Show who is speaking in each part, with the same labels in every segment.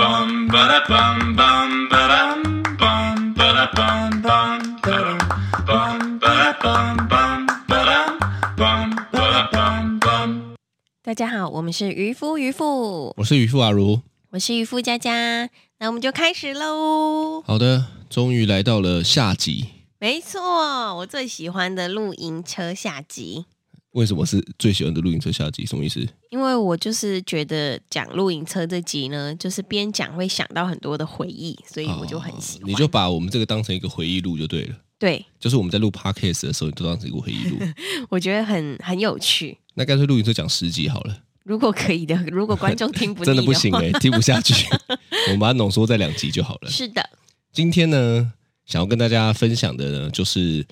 Speaker 1: bum ba da bum bum ba dum bum ba da bum bum ba dum bum ba da bum bum ba dum bum ba da bum bum.
Speaker 2: 大家好，我们是渔夫渔妇，
Speaker 3: 我是渔夫阿如。
Speaker 2: 我是渔夫佳佳，那我们就开始喽。
Speaker 3: 好的，终于来到了下集。
Speaker 2: 没错，我最喜欢的露营车下集，
Speaker 3: 为什么是最喜欢的露营车下集？什么意思？
Speaker 2: 因为我就是觉得讲露营车这集呢，就是边讲会想到很多的回忆，所以我就很喜
Speaker 3: 哦
Speaker 2: 欢。
Speaker 3: 你就把我们这个当成一个回忆录就对了，
Speaker 2: 对，
Speaker 3: 就是我们在录 podcast 的时候，你都当成一个回忆 录。
Speaker 2: 我觉得很很有趣。
Speaker 3: 那干脆露营车讲十集好了，
Speaker 2: 如果可以的，如果观众听不
Speaker 3: 真的
Speaker 2: 腻
Speaker 3: 不
Speaker 2: 话
Speaker 3: 行哎、听不下去， 我们把它浓缩在两集就好了。
Speaker 2: 是的，
Speaker 3: 今天呢，想要跟大家分享的呢，就是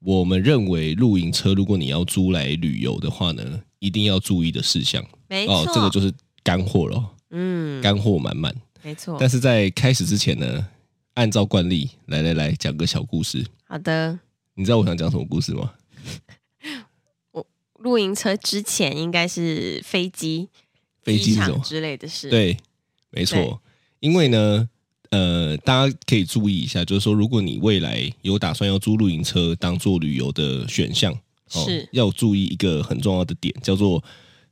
Speaker 3: 我们认为露营车，如果你要租来旅游的话呢，一定要注意的事项
Speaker 2: 没错，
Speaker 3: 哦。这个就是干货咯，
Speaker 2: 嗯，
Speaker 3: 干货满满。
Speaker 2: 没错，
Speaker 3: 但是在开始之前呢，按照惯例，来来来讲个小故事。
Speaker 2: 好的。
Speaker 3: 你知道我想讲什么故事吗？
Speaker 2: 露营车之前应该是飞机、
Speaker 3: 飞机
Speaker 2: 机
Speaker 3: 是什
Speaker 2: 场
Speaker 3: 么？
Speaker 2: 之类的事，，
Speaker 3: 对，没
Speaker 2: 对
Speaker 3: 错。因为呢，呃，大家可以注意一下，就是说，如果你未来有打算要租露营车当做旅游的选项，哦
Speaker 2: 是
Speaker 3: 要注意一个很重要的点，叫做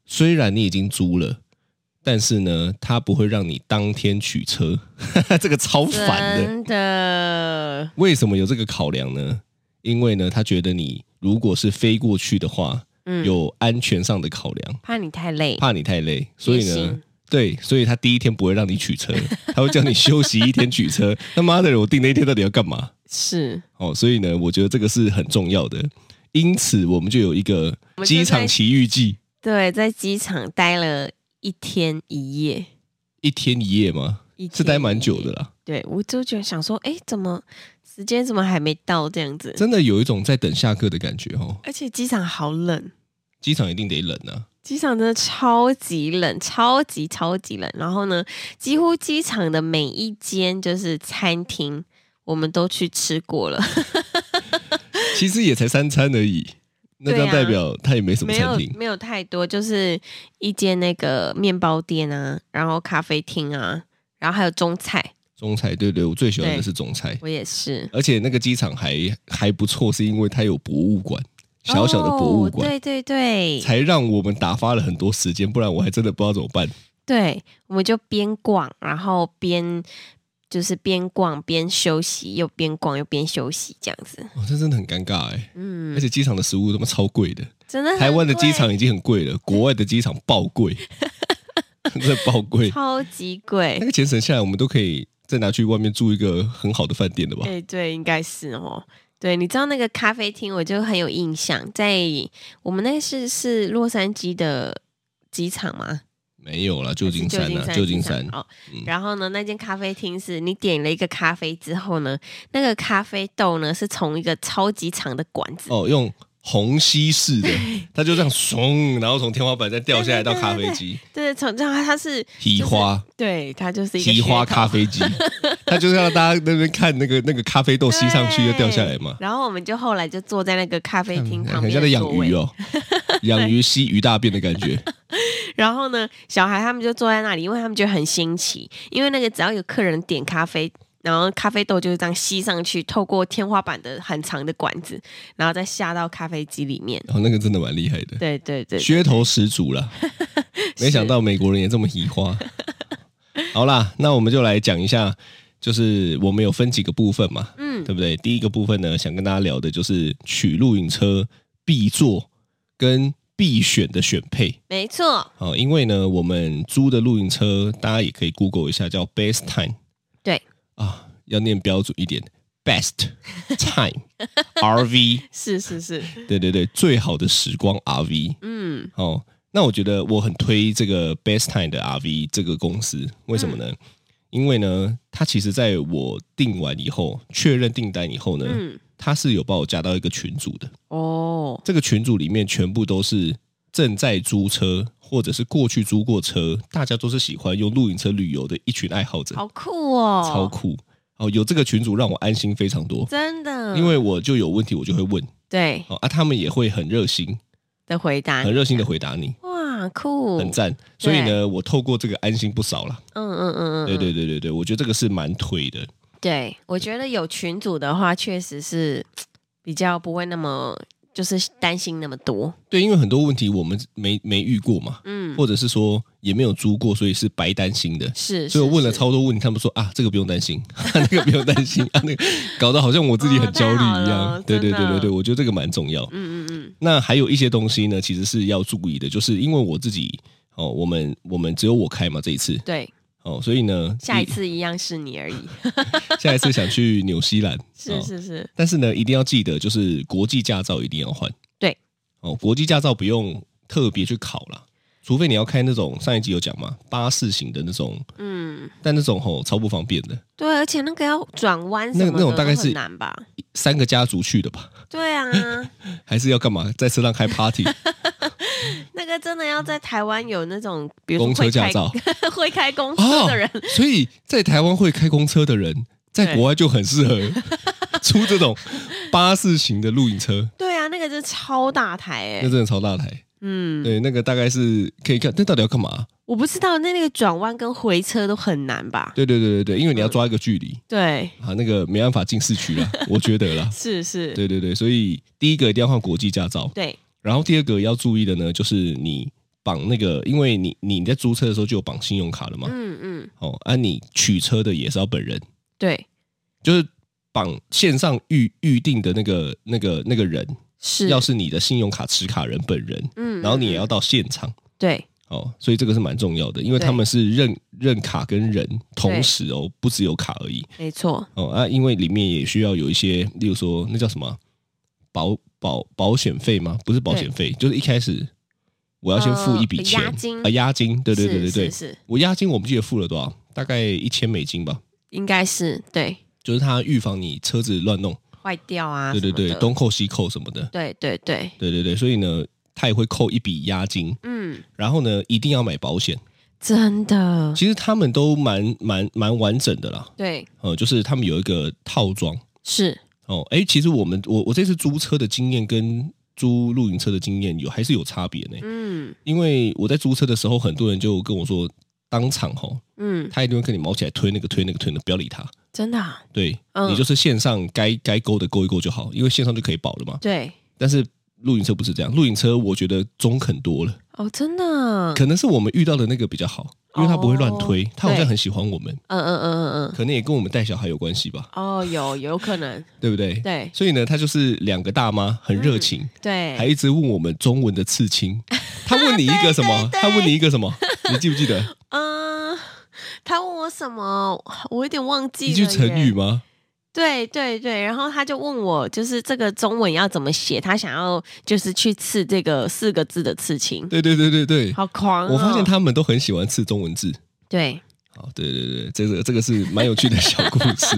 Speaker 3: 虽然你已经租了。但是呢，它不会让你当天取车， 这个超烦的。
Speaker 2: 真的。
Speaker 3: 为什么有这个考量呢？因为呢，他觉得你如果是飞过去的话，
Speaker 2: 嗯
Speaker 3: 有安全上的考量，
Speaker 2: 怕你太累，
Speaker 3: 怕你太累，所以
Speaker 2: 也
Speaker 3: 呢
Speaker 2: 行，
Speaker 3: 对，所以他第一天不会让你 取车，他会叫你休息一天取车。他妈的，我订那一天到底要干嘛？
Speaker 2: 是
Speaker 3: 哦，所以呢，我觉得这个是很重要的。因此，我们就有一个机场奇遇记，
Speaker 2: 对，在机场待了一天一夜，
Speaker 3: 一天一夜嘛，
Speaker 2: 一天
Speaker 3: 是待蛮久
Speaker 2: 一
Speaker 3: 的
Speaker 2: 夜。
Speaker 3: 啦。
Speaker 2: 对，我就觉得想说，哎，怎么时间怎么还没到这样子？
Speaker 3: 真的有一种在等下课的感觉哦。
Speaker 2: 而且机场好冷，
Speaker 3: 机场一定得冷啊，
Speaker 2: 机场真的超级冷，超级超级冷。然后呢，几乎机场的每一间就是餐厅，我们都去吃过了，
Speaker 3: 其实也才三餐而已，那这样
Speaker 2: 对啊
Speaker 3: 代表他也没什么
Speaker 2: 没有
Speaker 3: 餐厅。
Speaker 2: 没有太多，就是一间那个面包店啊，然后咖啡厅啊，然后还有中菜，
Speaker 3: 中菜，对对，我最喜欢
Speaker 2: 对
Speaker 3: 的是中菜，
Speaker 2: 我也是。
Speaker 3: 而且那个机场还还不错，是因为它有博物馆，小小的博物
Speaker 2: 哦
Speaker 3: 馆，
Speaker 2: 对对对，
Speaker 3: 才让我们打发了很多时间，不然我还真的不知道怎么办。
Speaker 2: 对，我们就边逛，然后边就是边逛边休息，又边逛又边休息这样子。
Speaker 3: 哦，这真的很尴尬哎、
Speaker 2: 嗯
Speaker 3: 而，且机场的食物他妈超贵 的，
Speaker 2: 真的很
Speaker 3: 台湾的机
Speaker 2: 贵
Speaker 3: 场已经很贵了，国外的机场爆 贵，真的爆贵。
Speaker 2: 超级
Speaker 3: 那
Speaker 2: 贵，
Speaker 3: 个钱省下来，我们都可以再拿去外面住一个很好的饭店了吧
Speaker 2: 哎、？对，应该是哦。对，你知道那个咖啡厅，我就很有印象，在我们那是是洛杉矶的机场吗？
Speaker 3: 没有啦，旧金
Speaker 2: 还是
Speaker 3: 山啊，
Speaker 2: 旧
Speaker 3: 旧金山
Speaker 2: 机场哦。
Speaker 3: 嗯
Speaker 2: 然后呢，那间咖啡厅是你点了一个咖啡之后呢，那个咖啡豆呢是从一个超级长的管子
Speaker 3: 哦，用虹吸式的，它就这样嗖，然后从天花板再掉下来到咖啡机，
Speaker 2: 对，从这样它是
Speaker 3: 提花
Speaker 2: 对，它就是一个
Speaker 3: 提花
Speaker 2: 噱头
Speaker 3: 咖啡机，它就是让大家那边看那个那个咖啡豆吸上去又掉下来嘛
Speaker 2: 对。然后我们就后来就坐在那个咖啡厅旁
Speaker 3: 很
Speaker 2: 边
Speaker 3: 像在
Speaker 2: 的
Speaker 3: 养
Speaker 2: 座位，
Speaker 3: 鱼哦，养鱼吸鱼大便的感觉。
Speaker 2: 然后呢，小孩他们就坐在那里，因为他们觉得很新奇，因为那个只要有客人点咖啡。然后咖啡豆就是这样吸上去，透过天花板的很长的管子，然后再下到咖啡机里面。
Speaker 3: 哦然后那个真的蛮厉害的，
Speaker 2: 对对对，
Speaker 3: 噱头十足 啦。没想到美国人也这么移花。好啦，那我们就来讲一下，就是我们有分几个部分嘛，
Speaker 2: 嗯，
Speaker 3: 对不对？第一个部分呢，想跟大家聊的就是取露营车必做跟必选的选配
Speaker 2: 没错，
Speaker 3: 啊、哦因为呢，我们租的露营车，大家也可以 Google 一下，叫 Best Time。
Speaker 2: 对
Speaker 3: 啊，要念标准一点，Best Time RV，
Speaker 2: 是是是，
Speaker 3: 对对对，最好的时光 RV
Speaker 2: 嗯，
Speaker 3: 哦。那我觉得我很推这个 Best Time 的 RV 这个公司，为什么
Speaker 2: 嗯
Speaker 3: 呢？因为呢，它其实在我订完以后，确认订单以后呢，
Speaker 2: 嗯，
Speaker 3: 他是有把我加到一个群组的，
Speaker 2: 哦，
Speaker 3: 这个群组里面全部都是正在租车或者是过去租过车，大家都是喜欢用露营车旅游的一群爱好者，
Speaker 2: 好酷哦，
Speaker 3: 超，酷哦！有这个群组让我安心非常多，
Speaker 2: 真的，
Speaker 3: 因为我就有问题我就会问
Speaker 2: 对
Speaker 3: 哦啊，他们也会很热心，
Speaker 2: 的回答
Speaker 3: 很热心的回答你。
Speaker 2: 哇，很酷，
Speaker 3: 很赞。所以呢，我透过这个安心不少了。
Speaker 2: 嗯嗯嗯嗯，
Speaker 3: 对对对对对，我觉得这个是蛮推的。
Speaker 2: 对，我觉得有群组的话，确实是比较不会那么就是担心那么多。
Speaker 3: 对，因为很多问题我们没没遇过嘛，
Speaker 2: 嗯，
Speaker 3: 或者是说也没有租过，所以是白担心的。
Speaker 2: 是，
Speaker 3: 所以我问了
Speaker 2: 是
Speaker 3: 超多问题，他们说啊，这个不用担心， 啊那个不用担心，啊 那个搞得好像我自己很焦虑一样。
Speaker 2: 哦太好了
Speaker 3: 对对
Speaker 2: 真
Speaker 3: 对
Speaker 2: 的
Speaker 3: 对对，我觉得这个蛮重要。
Speaker 2: 嗯嗯嗯，
Speaker 3: 那还有一些东西呢，其实是要注意的，就是因为我自己哦，我们我们只有我开嘛这一次
Speaker 2: 对，
Speaker 3: 哦，所以呢，
Speaker 2: 下一
Speaker 3: 你
Speaker 2: 次一样是你而 已。
Speaker 3: 下一次想去纽西兰
Speaker 2: 是
Speaker 3: 哦
Speaker 2: 是是，
Speaker 3: 但是呢，一定要记得，就是国际驾照一定要换。
Speaker 2: 对，
Speaker 3: 哦，国际驾照不用特别去考啦，除非你要开那种上一集有讲嘛，巴士型的那种，
Speaker 2: 嗯，
Speaker 3: 但那种吼、超不方便的，
Speaker 2: 对，而且那个要转弯什
Speaker 3: 那
Speaker 2: 么
Speaker 3: 那种
Speaker 2: 的
Speaker 3: 大概
Speaker 2: 都很
Speaker 3: 是
Speaker 2: 难吧？
Speaker 3: 三个家族去的吧，
Speaker 2: 对啊，
Speaker 3: 还是要干嘛，在车上开 party，
Speaker 2: 那个真的要在台湾有那种，比如
Speaker 3: 公
Speaker 2: 说会
Speaker 3: 车驾
Speaker 2: 开
Speaker 3: 照
Speaker 2: 会开公 车
Speaker 3: 哦
Speaker 2: 的人，，
Speaker 3: 所以在台湾会开公车的人，在
Speaker 2: 对
Speaker 3: 国外就很适合 出这种巴士型的露营车，
Speaker 2: 对啊，那个就是超大台哎、
Speaker 3: 那真的超大台。
Speaker 2: 嗯，
Speaker 3: 对，那个大概是可以看，那到底要干嘛？
Speaker 2: 我不知道那那个转弯跟回车都很难吧？
Speaker 3: 对对对对对，因为
Speaker 2: 嗯
Speaker 3: 你要抓一个距离。
Speaker 2: 对，
Speaker 3: 啊，那个没办法进市区啦，我觉得 啦。
Speaker 2: 是是，
Speaker 3: 对对对，所以第一个一定要换国际驾照，
Speaker 2: 对
Speaker 3: 然后第二个要注意的呢，就是你绑那个，因为你你在租车的时候就有绑信用卡了嘛，
Speaker 2: 嗯嗯，
Speaker 3: 哦，啊，你取车的也是要本人，
Speaker 2: 对，
Speaker 3: 就是绑线上预预定的那个那个那个人，
Speaker 2: 是，
Speaker 3: 要是你的信用卡持卡人本人，
Speaker 2: 嗯，
Speaker 3: 然后你
Speaker 2: 嗯
Speaker 3: 也要到现场。
Speaker 2: 对
Speaker 3: 哦，所以这个是蛮重要的，因为
Speaker 2: 对
Speaker 3: 他们是认认卡跟人同
Speaker 2: 对
Speaker 3: 时哦，不只有卡而已。
Speaker 2: 没错，
Speaker 3: 哦啊，因为里面也需要有一些，例如说那叫什么啊保保保险费吗？不是保险费，就是一开始我要先付一笔
Speaker 2: 呃
Speaker 3: 钱，
Speaker 2: 押金
Speaker 3: 啊，押金，对对对对
Speaker 2: 是
Speaker 3: 对，
Speaker 2: 是是，
Speaker 3: 我押金我不记得付了多少，大概一千美金吧，
Speaker 2: 应该是对
Speaker 3: 就是它预防你车子乱弄，
Speaker 2: 坏掉啊，
Speaker 3: 对对
Speaker 2: 什么
Speaker 3: 对，
Speaker 2: 的
Speaker 3: 东扣西扣什么的，
Speaker 2: 对对对，
Speaker 3: 对对对，所以呢，他也会扣一笔押金，
Speaker 2: 嗯，
Speaker 3: 然后呢，一定要买保险，
Speaker 2: 真的，
Speaker 3: 其实他们都蛮蛮蛮完整的啦，
Speaker 2: 对，
Speaker 3: 呃，就是他们有一个套装。
Speaker 2: 是，
Speaker 3: 哦，哎，其实我们我我这次租车的经验跟租露营车的经验有还是有差别呢，
Speaker 2: 嗯
Speaker 3: 因为我在租车的时候，很多人就跟我说，当场吼，
Speaker 2: 嗯，
Speaker 3: 他一定会跟你毛起来推那个推那个推那个，不要理他。
Speaker 2: 真的啊，
Speaker 3: 对、
Speaker 2: 嗯
Speaker 3: 你就是线上该该勾的勾一勾就好，因为线上就可以保了嘛。
Speaker 2: 对，
Speaker 3: 但是露营车不是这样，露营车我觉得中肯多了，
Speaker 2: 哦，真的啊，
Speaker 3: 可能是我们遇到的那个比较好，因为他不会乱推，他好
Speaker 2: 哦
Speaker 3: 像
Speaker 2: 对
Speaker 3: 很喜欢我们，
Speaker 2: 嗯嗯嗯嗯嗯，
Speaker 3: 可能也跟我们带小孩有关系吧，
Speaker 2: 哦，有有可能，
Speaker 3: 对不对？
Speaker 2: 对
Speaker 3: 所以呢，他就是两个大妈，很热情。
Speaker 2: 对，
Speaker 3: 还一直问我们中文的 刺青。他问你一个什么？
Speaker 2: 对对对
Speaker 3: 他问你一个什么？你记不记 得？
Speaker 2: 嗯，他问我什么，我有点忘记了
Speaker 3: 一句成
Speaker 2: 耶
Speaker 3: 语吗？
Speaker 2: 对对对，然后他就问我，就是这个中文要怎么写？他想要就是去刺这个四个字的刺青，
Speaker 3: 对对对对对。
Speaker 2: 好狂、哦！
Speaker 3: 我发现他们都很喜欢刺中文字。
Speaker 2: 对
Speaker 3: 好，对对对，这个这个是蛮有趣的小故 事，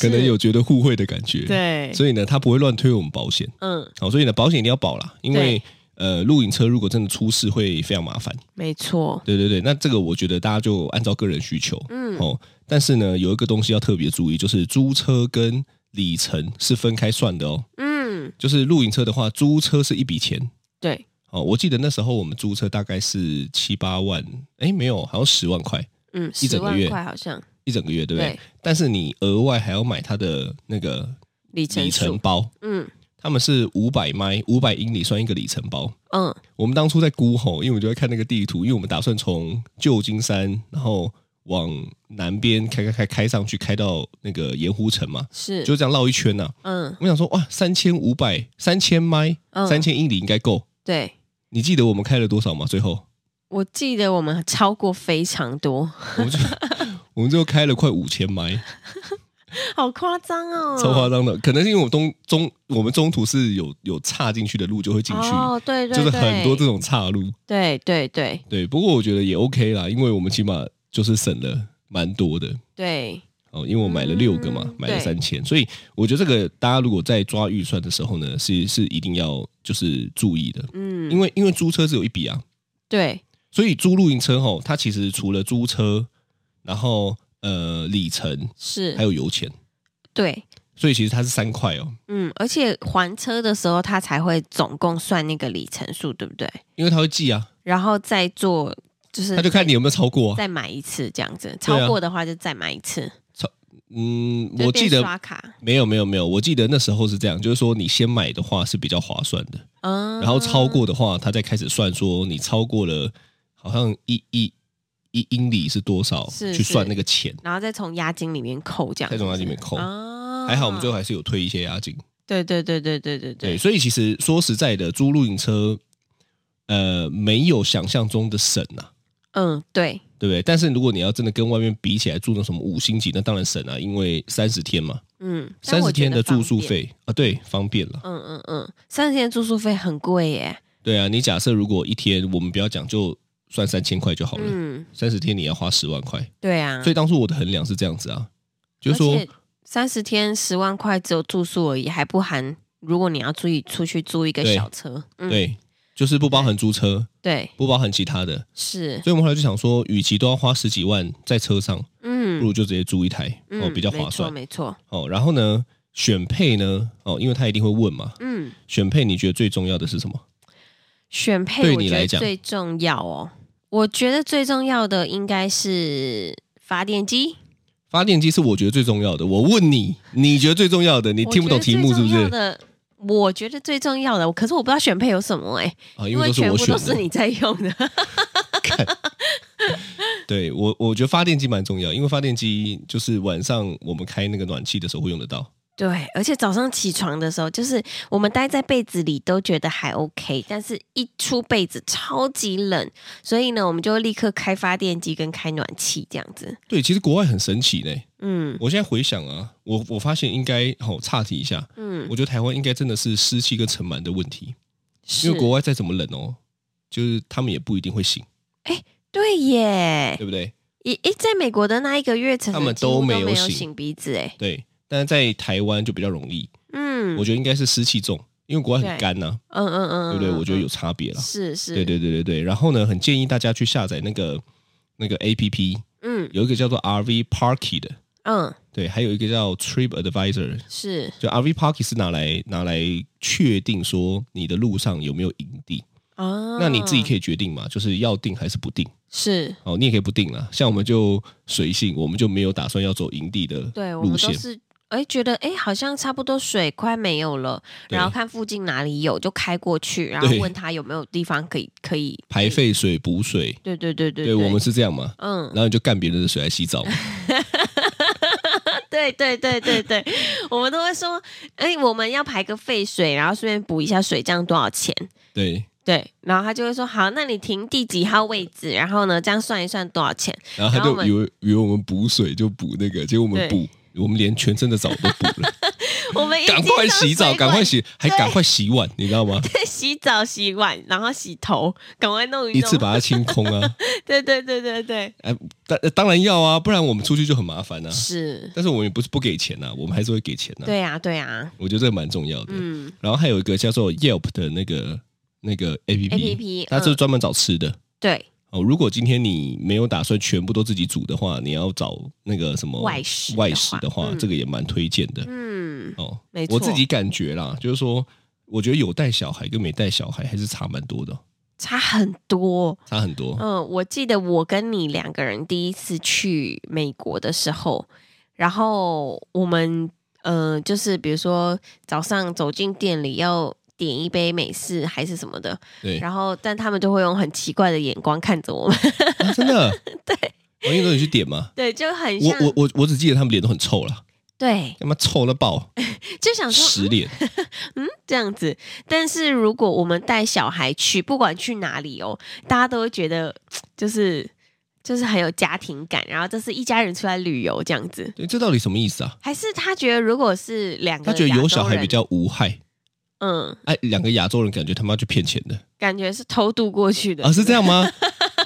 Speaker 3: 可能有觉得互惠的感觉。，
Speaker 2: 对，
Speaker 3: 所以呢，他不会乱推我们保险。
Speaker 2: 嗯，
Speaker 3: 好，所以呢，保险一定要保啦，因为
Speaker 2: 对
Speaker 3: 呃，露营车如果真的出事会非常麻烦。
Speaker 2: 没错，
Speaker 3: 对对对，那这个我觉得大家就按照个人需求。
Speaker 2: 嗯，
Speaker 3: 哦，但是呢，有一个东西要特别注意，就是租车跟里程是分开算的哦。
Speaker 2: 嗯，
Speaker 3: 就是露营车的话，租车是一笔钱
Speaker 2: 对，
Speaker 3: 哦。我记得那时候我们租车大概是七八万，哎，没有，好像十万块
Speaker 2: 嗯，
Speaker 3: 一整
Speaker 2: 十
Speaker 3: 个
Speaker 2: 万
Speaker 3: 月
Speaker 2: 块好像
Speaker 3: 一整个月，对不对？
Speaker 2: 对
Speaker 3: 但是你额外还要买它的那个
Speaker 2: 里
Speaker 3: 里
Speaker 2: 程
Speaker 3: 程
Speaker 2: 数，
Speaker 3: 包，
Speaker 2: 嗯
Speaker 3: 他们是五百迈，五百英里算一个里程包。
Speaker 2: 嗯，
Speaker 3: 我们当初在估吼，因为我就在看那个地图，因为我们打算从旧金山，然后往南边开开开开上去，开到那个盐湖城嘛，
Speaker 2: 是，
Speaker 3: 就这样绕一圈呐、
Speaker 2: 嗯
Speaker 3: 我想说，哇，三千五百，三千迈，
Speaker 2: 嗯，
Speaker 3: 三千英里应该够。
Speaker 2: 对。
Speaker 3: 你记得我们开了多少吗？最后，
Speaker 2: 我记得我们超过非常多，
Speaker 3: 我 们就我们就开了快五千迈，
Speaker 2: 嗯好夸张哦！
Speaker 3: 超夸张的。可能是因为我们中中我们中途是有有岔进去的路就会进去，
Speaker 2: 哦，对对对，
Speaker 3: 就是很多这种岔路。
Speaker 2: 对对对
Speaker 3: 对，不过我觉得也 OK 啦，因为我们起码就是省了蛮多的
Speaker 2: 对，
Speaker 3: 哦，因为我买了六个嘛，
Speaker 2: 嗯
Speaker 3: 买了
Speaker 2: 对
Speaker 3: 三千，所以我觉得这个大家如果在抓预算的时候呢，是是一定要就是注意的，
Speaker 2: 嗯，
Speaker 3: 因为因为租车只有一笔啊，
Speaker 2: 对
Speaker 3: 所以租露营车吼，它其实除了租车，然后呃里程
Speaker 2: 是，
Speaker 3: 还有油钱。
Speaker 2: 对，
Speaker 3: 所以其实它是三块哦，
Speaker 2: 嗯，而且还车的时候，他才会总共算那个里程数，对不对？
Speaker 3: 因为它会记啊，
Speaker 2: 然后再做就是
Speaker 3: 他就看你有没有超过、啊。
Speaker 2: 再买一次这样子，
Speaker 3: 对啊
Speaker 2: 超过的话就再买一次。
Speaker 3: 嗯，
Speaker 2: 就
Speaker 3: 我
Speaker 2: 变
Speaker 3: 记得
Speaker 2: 刷卡，
Speaker 3: 没有没有没有，我记得那时候是这样，就是说你先买的话是比较划算的，
Speaker 2: 嗯，
Speaker 3: 然后超过的话，他再开始算说你超过了好像一一一英里是多少，
Speaker 2: 是
Speaker 3: 去算
Speaker 2: 是
Speaker 3: 那个钱，
Speaker 2: 然后再从押金里面扣这样子，
Speaker 3: 再从押金里面扣
Speaker 2: 啊
Speaker 3: 还好我们最后还是有退一些押金。
Speaker 2: 对对对对对对
Speaker 3: 对，
Speaker 2: 对，
Speaker 3: 所以其实说实在的，租露营车，呃，没有想象中的省呐、
Speaker 2: 嗯对，
Speaker 3: 对不对？但是如果你要真的跟外面比起来，住那什么五星级，那当然省啊，因为三十天嘛，
Speaker 2: 嗯，但
Speaker 3: 三
Speaker 2: 我
Speaker 3: 十
Speaker 2: 觉
Speaker 3: 天
Speaker 2: 得
Speaker 3: 的住
Speaker 2: 方
Speaker 3: 宿
Speaker 2: 便，
Speaker 3: 费啊，对，方便了。
Speaker 2: 嗯嗯嗯，三十天的住宿费很贵耶，
Speaker 3: 对啊，你假设如果一天，我们不要讲，就算三千块就好了，
Speaker 2: 嗯，
Speaker 3: 三十、天你要花十万块，
Speaker 2: 对啊，
Speaker 3: 哦所以当初我的衡量是这样子啊，就是
Speaker 2: 而
Speaker 3: 说
Speaker 2: 且三十天十万块只有住宿而已，还不含如果你要出去出去租一个
Speaker 3: 对
Speaker 2: 小车，嗯、
Speaker 3: 对，就是不包含租车，
Speaker 2: 对
Speaker 3: 不包含其他的，
Speaker 2: 是，
Speaker 3: 所以我们后来就想说，与其都要花十几万在车上，不
Speaker 2: 嗯
Speaker 3: 如就直接租一台、
Speaker 2: 嗯，
Speaker 3: 哦，比较划算。
Speaker 2: 没错，没错
Speaker 3: 哦，然后呢，选配呢，哦，因为他一定会问嘛，
Speaker 2: 嗯，
Speaker 3: 选配你觉得最重要的是什么？
Speaker 2: 选配
Speaker 3: 对
Speaker 2: 我
Speaker 3: 你
Speaker 2: 觉
Speaker 3: 来
Speaker 2: 得
Speaker 3: 讲
Speaker 2: 最重要哦，我觉得最重要的应该是发电机，
Speaker 3: 发电机是我觉得最重要的。我问你，你觉得最重要的？你
Speaker 2: 我
Speaker 3: 听不
Speaker 2: 觉
Speaker 3: 懂
Speaker 2: 得
Speaker 3: 题
Speaker 2: 最
Speaker 3: 目是不
Speaker 2: 重要
Speaker 3: 是？
Speaker 2: 的我觉得最重要的，可是我不知道选配有什么哎、
Speaker 3: 啊，
Speaker 2: 因
Speaker 3: 为都是
Speaker 2: 全
Speaker 3: 我
Speaker 2: 部
Speaker 3: 选
Speaker 2: 都是
Speaker 3: 的。
Speaker 2: 你在用的，
Speaker 3: 对我，我觉得发电机蛮重要，因为发电机就是晚上我们开那个暖气的时候会用得到。
Speaker 2: 对，而且早上起床的时候，就是我们待在被子里都觉得还 OK，但是一出被子超级冷，所以呢，我们就立刻开发电机跟开暖气这样子。
Speaker 3: 对，其实国外很神奇呢。
Speaker 2: 嗯
Speaker 3: 我现在回想啊，我我发现应该好、岔题一下，
Speaker 2: 嗯，
Speaker 3: 我觉得台湾应该真的是湿气跟尘螨的问题，
Speaker 2: 是
Speaker 3: 因为国外再怎么冷哦，就是他们也不一定会醒，
Speaker 2: 对耶，
Speaker 3: 对不对？
Speaker 2: 一一在美国的那一个月，晨晨
Speaker 3: 他们
Speaker 2: 几乎
Speaker 3: 都没
Speaker 2: 没
Speaker 3: 有醒
Speaker 2: 擤鼻子哎，
Speaker 3: 对，但是在台湾就比较容易，
Speaker 2: 嗯，
Speaker 3: 我觉得应该是湿气重，因为国外
Speaker 2: 对
Speaker 3: 很干呐、
Speaker 2: 嗯嗯嗯，
Speaker 3: 对不对？
Speaker 2: 嗯
Speaker 3: 我觉得有差别啦。
Speaker 2: 是是，
Speaker 3: 对对对对对。然后呢，很建议大家去下载那个那个 A P P，
Speaker 2: 嗯
Speaker 3: 有一个叫做 R V Parky 的，
Speaker 2: 嗯
Speaker 3: 对，还有一个叫 Trip Advisor。
Speaker 2: 是
Speaker 3: 就 R V Parky 是拿来拿来确定说你的路上有没有营地，
Speaker 2: 啊，
Speaker 3: 那你自己可
Speaker 2: 以
Speaker 3: 以决定嘛，就是要定还是不定。
Speaker 2: 是。
Speaker 3: 哦，你也可以不定啦。像我们就随性，我们就没有打算要走营地的
Speaker 2: 对，我们都
Speaker 3: 路线。
Speaker 2: 是哎觉得哎好像差不多水快没有了，
Speaker 3: 对
Speaker 2: 然后看附近哪里有就开过去，然后
Speaker 3: 对
Speaker 2: 问他有没有地方可以可以
Speaker 3: 排。废水、补水，
Speaker 2: 对对对对
Speaker 3: 对我们是这样嘛。
Speaker 2: 嗯
Speaker 3: 然，后你就干别人的水来洗澡嘛。
Speaker 2: 对对对对对，我们都会说，哎，我们要排个废水，然后顺便补一下水，这样多少钱？
Speaker 3: 对，
Speaker 2: 对，然后他就会说，好，那你停第几号位置？然后呢，这样算一算多少钱？
Speaker 3: 然后
Speaker 2: 然
Speaker 3: 他
Speaker 2: 后我
Speaker 3: 就
Speaker 2: 们
Speaker 3: 以为以为我们补水就补那个，结果我们补
Speaker 2: 对，
Speaker 3: 我们连全身的澡都补了，
Speaker 2: 我 们一
Speaker 3: 赶
Speaker 2: 进
Speaker 3: 快
Speaker 2: 到
Speaker 3: 洗澡，
Speaker 2: 水
Speaker 3: 赶
Speaker 2: 管
Speaker 3: 快洗，还
Speaker 2: 对
Speaker 3: 赶快洗碗，你知 道吗？
Speaker 2: 洗澡、洗碗，然后洗头，赶快弄一
Speaker 3: 一
Speaker 2: 弄。
Speaker 3: 次把它清空啊！
Speaker 2: 对对对对对，
Speaker 3: 哎，当当然要啊，不然我们出去就很麻烦啊。
Speaker 2: 是。
Speaker 3: 但是我们也不是不给钱呐、啊我们还是会给钱呐、
Speaker 2: 对呀、对呀、啊
Speaker 3: 我觉得这个蛮重要的。
Speaker 2: 嗯，
Speaker 3: 然后还有一个叫做 Yelp 的那个那个 A P
Speaker 2: APP
Speaker 3: 它是
Speaker 2: 嗯
Speaker 3: 专门找吃的。
Speaker 2: 对，
Speaker 3: 哦，如果今天你没有打算全部都自己煮的话，你要找那个什么
Speaker 2: 外食的
Speaker 3: 外食的
Speaker 2: 话
Speaker 3: 话，
Speaker 2: 嗯
Speaker 3: 这个也蛮推荐的。
Speaker 2: 嗯，
Speaker 3: 哦，
Speaker 2: 没错
Speaker 3: 我自己感觉啦，就是说，我觉得有带小孩跟没带小孩还是差蛮多的，
Speaker 2: 差很多。
Speaker 3: 差很多。
Speaker 2: 嗯，我记得我跟你两个人第一次去美国的时候，然后我们呃，就是比如说早上走进店里要点一杯美式还是什么的，
Speaker 3: 对，
Speaker 2: 然后但他们就会用很奇怪的眼光看着我们，
Speaker 3: 啊真的，对，王一哲你去点吗？
Speaker 2: 对，就很
Speaker 3: 我
Speaker 2: 像
Speaker 3: 我我我只记得他们脸都很臭了，
Speaker 2: 对，
Speaker 3: 他妈臭了爆，
Speaker 2: 嗯就想说
Speaker 3: 死 脸。
Speaker 2: 嗯，这样子。但是如果我们带小孩去，不管去哪里哦，大家都会觉得就是就是很有家庭感，然后这是一家人出来旅游这样子。
Speaker 3: 对，这到底什么意思啊？
Speaker 2: 还是他觉得如果是两个，
Speaker 3: 他觉得有小孩比，较无害，
Speaker 2: 嗯，
Speaker 3: 哎，两个亚洲人感觉他妈就骗钱的
Speaker 2: 感觉是偷渡过去的
Speaker 3: 啊，是这 样吗？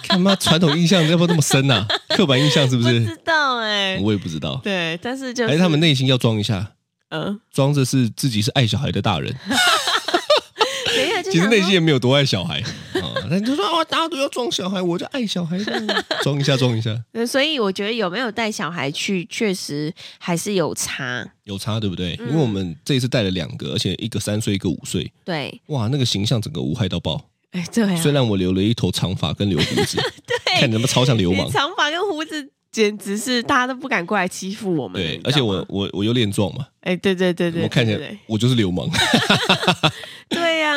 Speaker 3: 看妈传统印象要不要那么深呐、刻板印象是不
Speaker 2: 不
Speaker 3: 是？
Speaker 2: 知道哎、
Speaker 3: 我也不知道，
Speaker 2: 对，但是就是
Speaker 3: 还是他们内心要装一下，
Speaker 2: 嗯，
Speaker 3: 装着是自己是爱小孩 的大人，
Speaker 2: 没有，就
Speaker 3: 其实
Speaker 2: 想
Speaker 3: 内心
Speaker 2: 说
Speaker 3: 也没有多爱小孩啊。那、你就说啊，大家都要装小孩，我就爱小孩，啊 装一下，装一下，
Speaker 2: 呃所以我觉得有没有带小孩去，确实还是有差。
Speaker 3: 有差对不对？
Speaker 2: 嗯
Speaker 3: 因为我们这一次带了两个，而且一个三岁，一个五岁，
Speaker 2: 对，
Speaker 3: 哇，那个形象整个无害到爆，
Speaker 2: 哎，对啊，
Speaker 3: 虽然我留了一头长发跟留胡 子，看你他妈超像流
Speaker 2: 你
Speaker 3: 氓。
Speaker 2: 长发跟胡子简直是大家都不敢过来欺负我们。
Speaker 3: 对
Speaker 2: 你，
Speaker 3: 而
Speaker 2: 知
Speaker 3: 且
Speaker 2: 道
Speaker 3: 我
Speaker 2: 吗
Speaker 3: 我我又练壮嘛，
Speaker 2: 哎，对对对对，
Speaker 3: 我看起
Speaker 2: 对
Speaker 3: 来我就是流氓。
Speaker 2: 对对呀、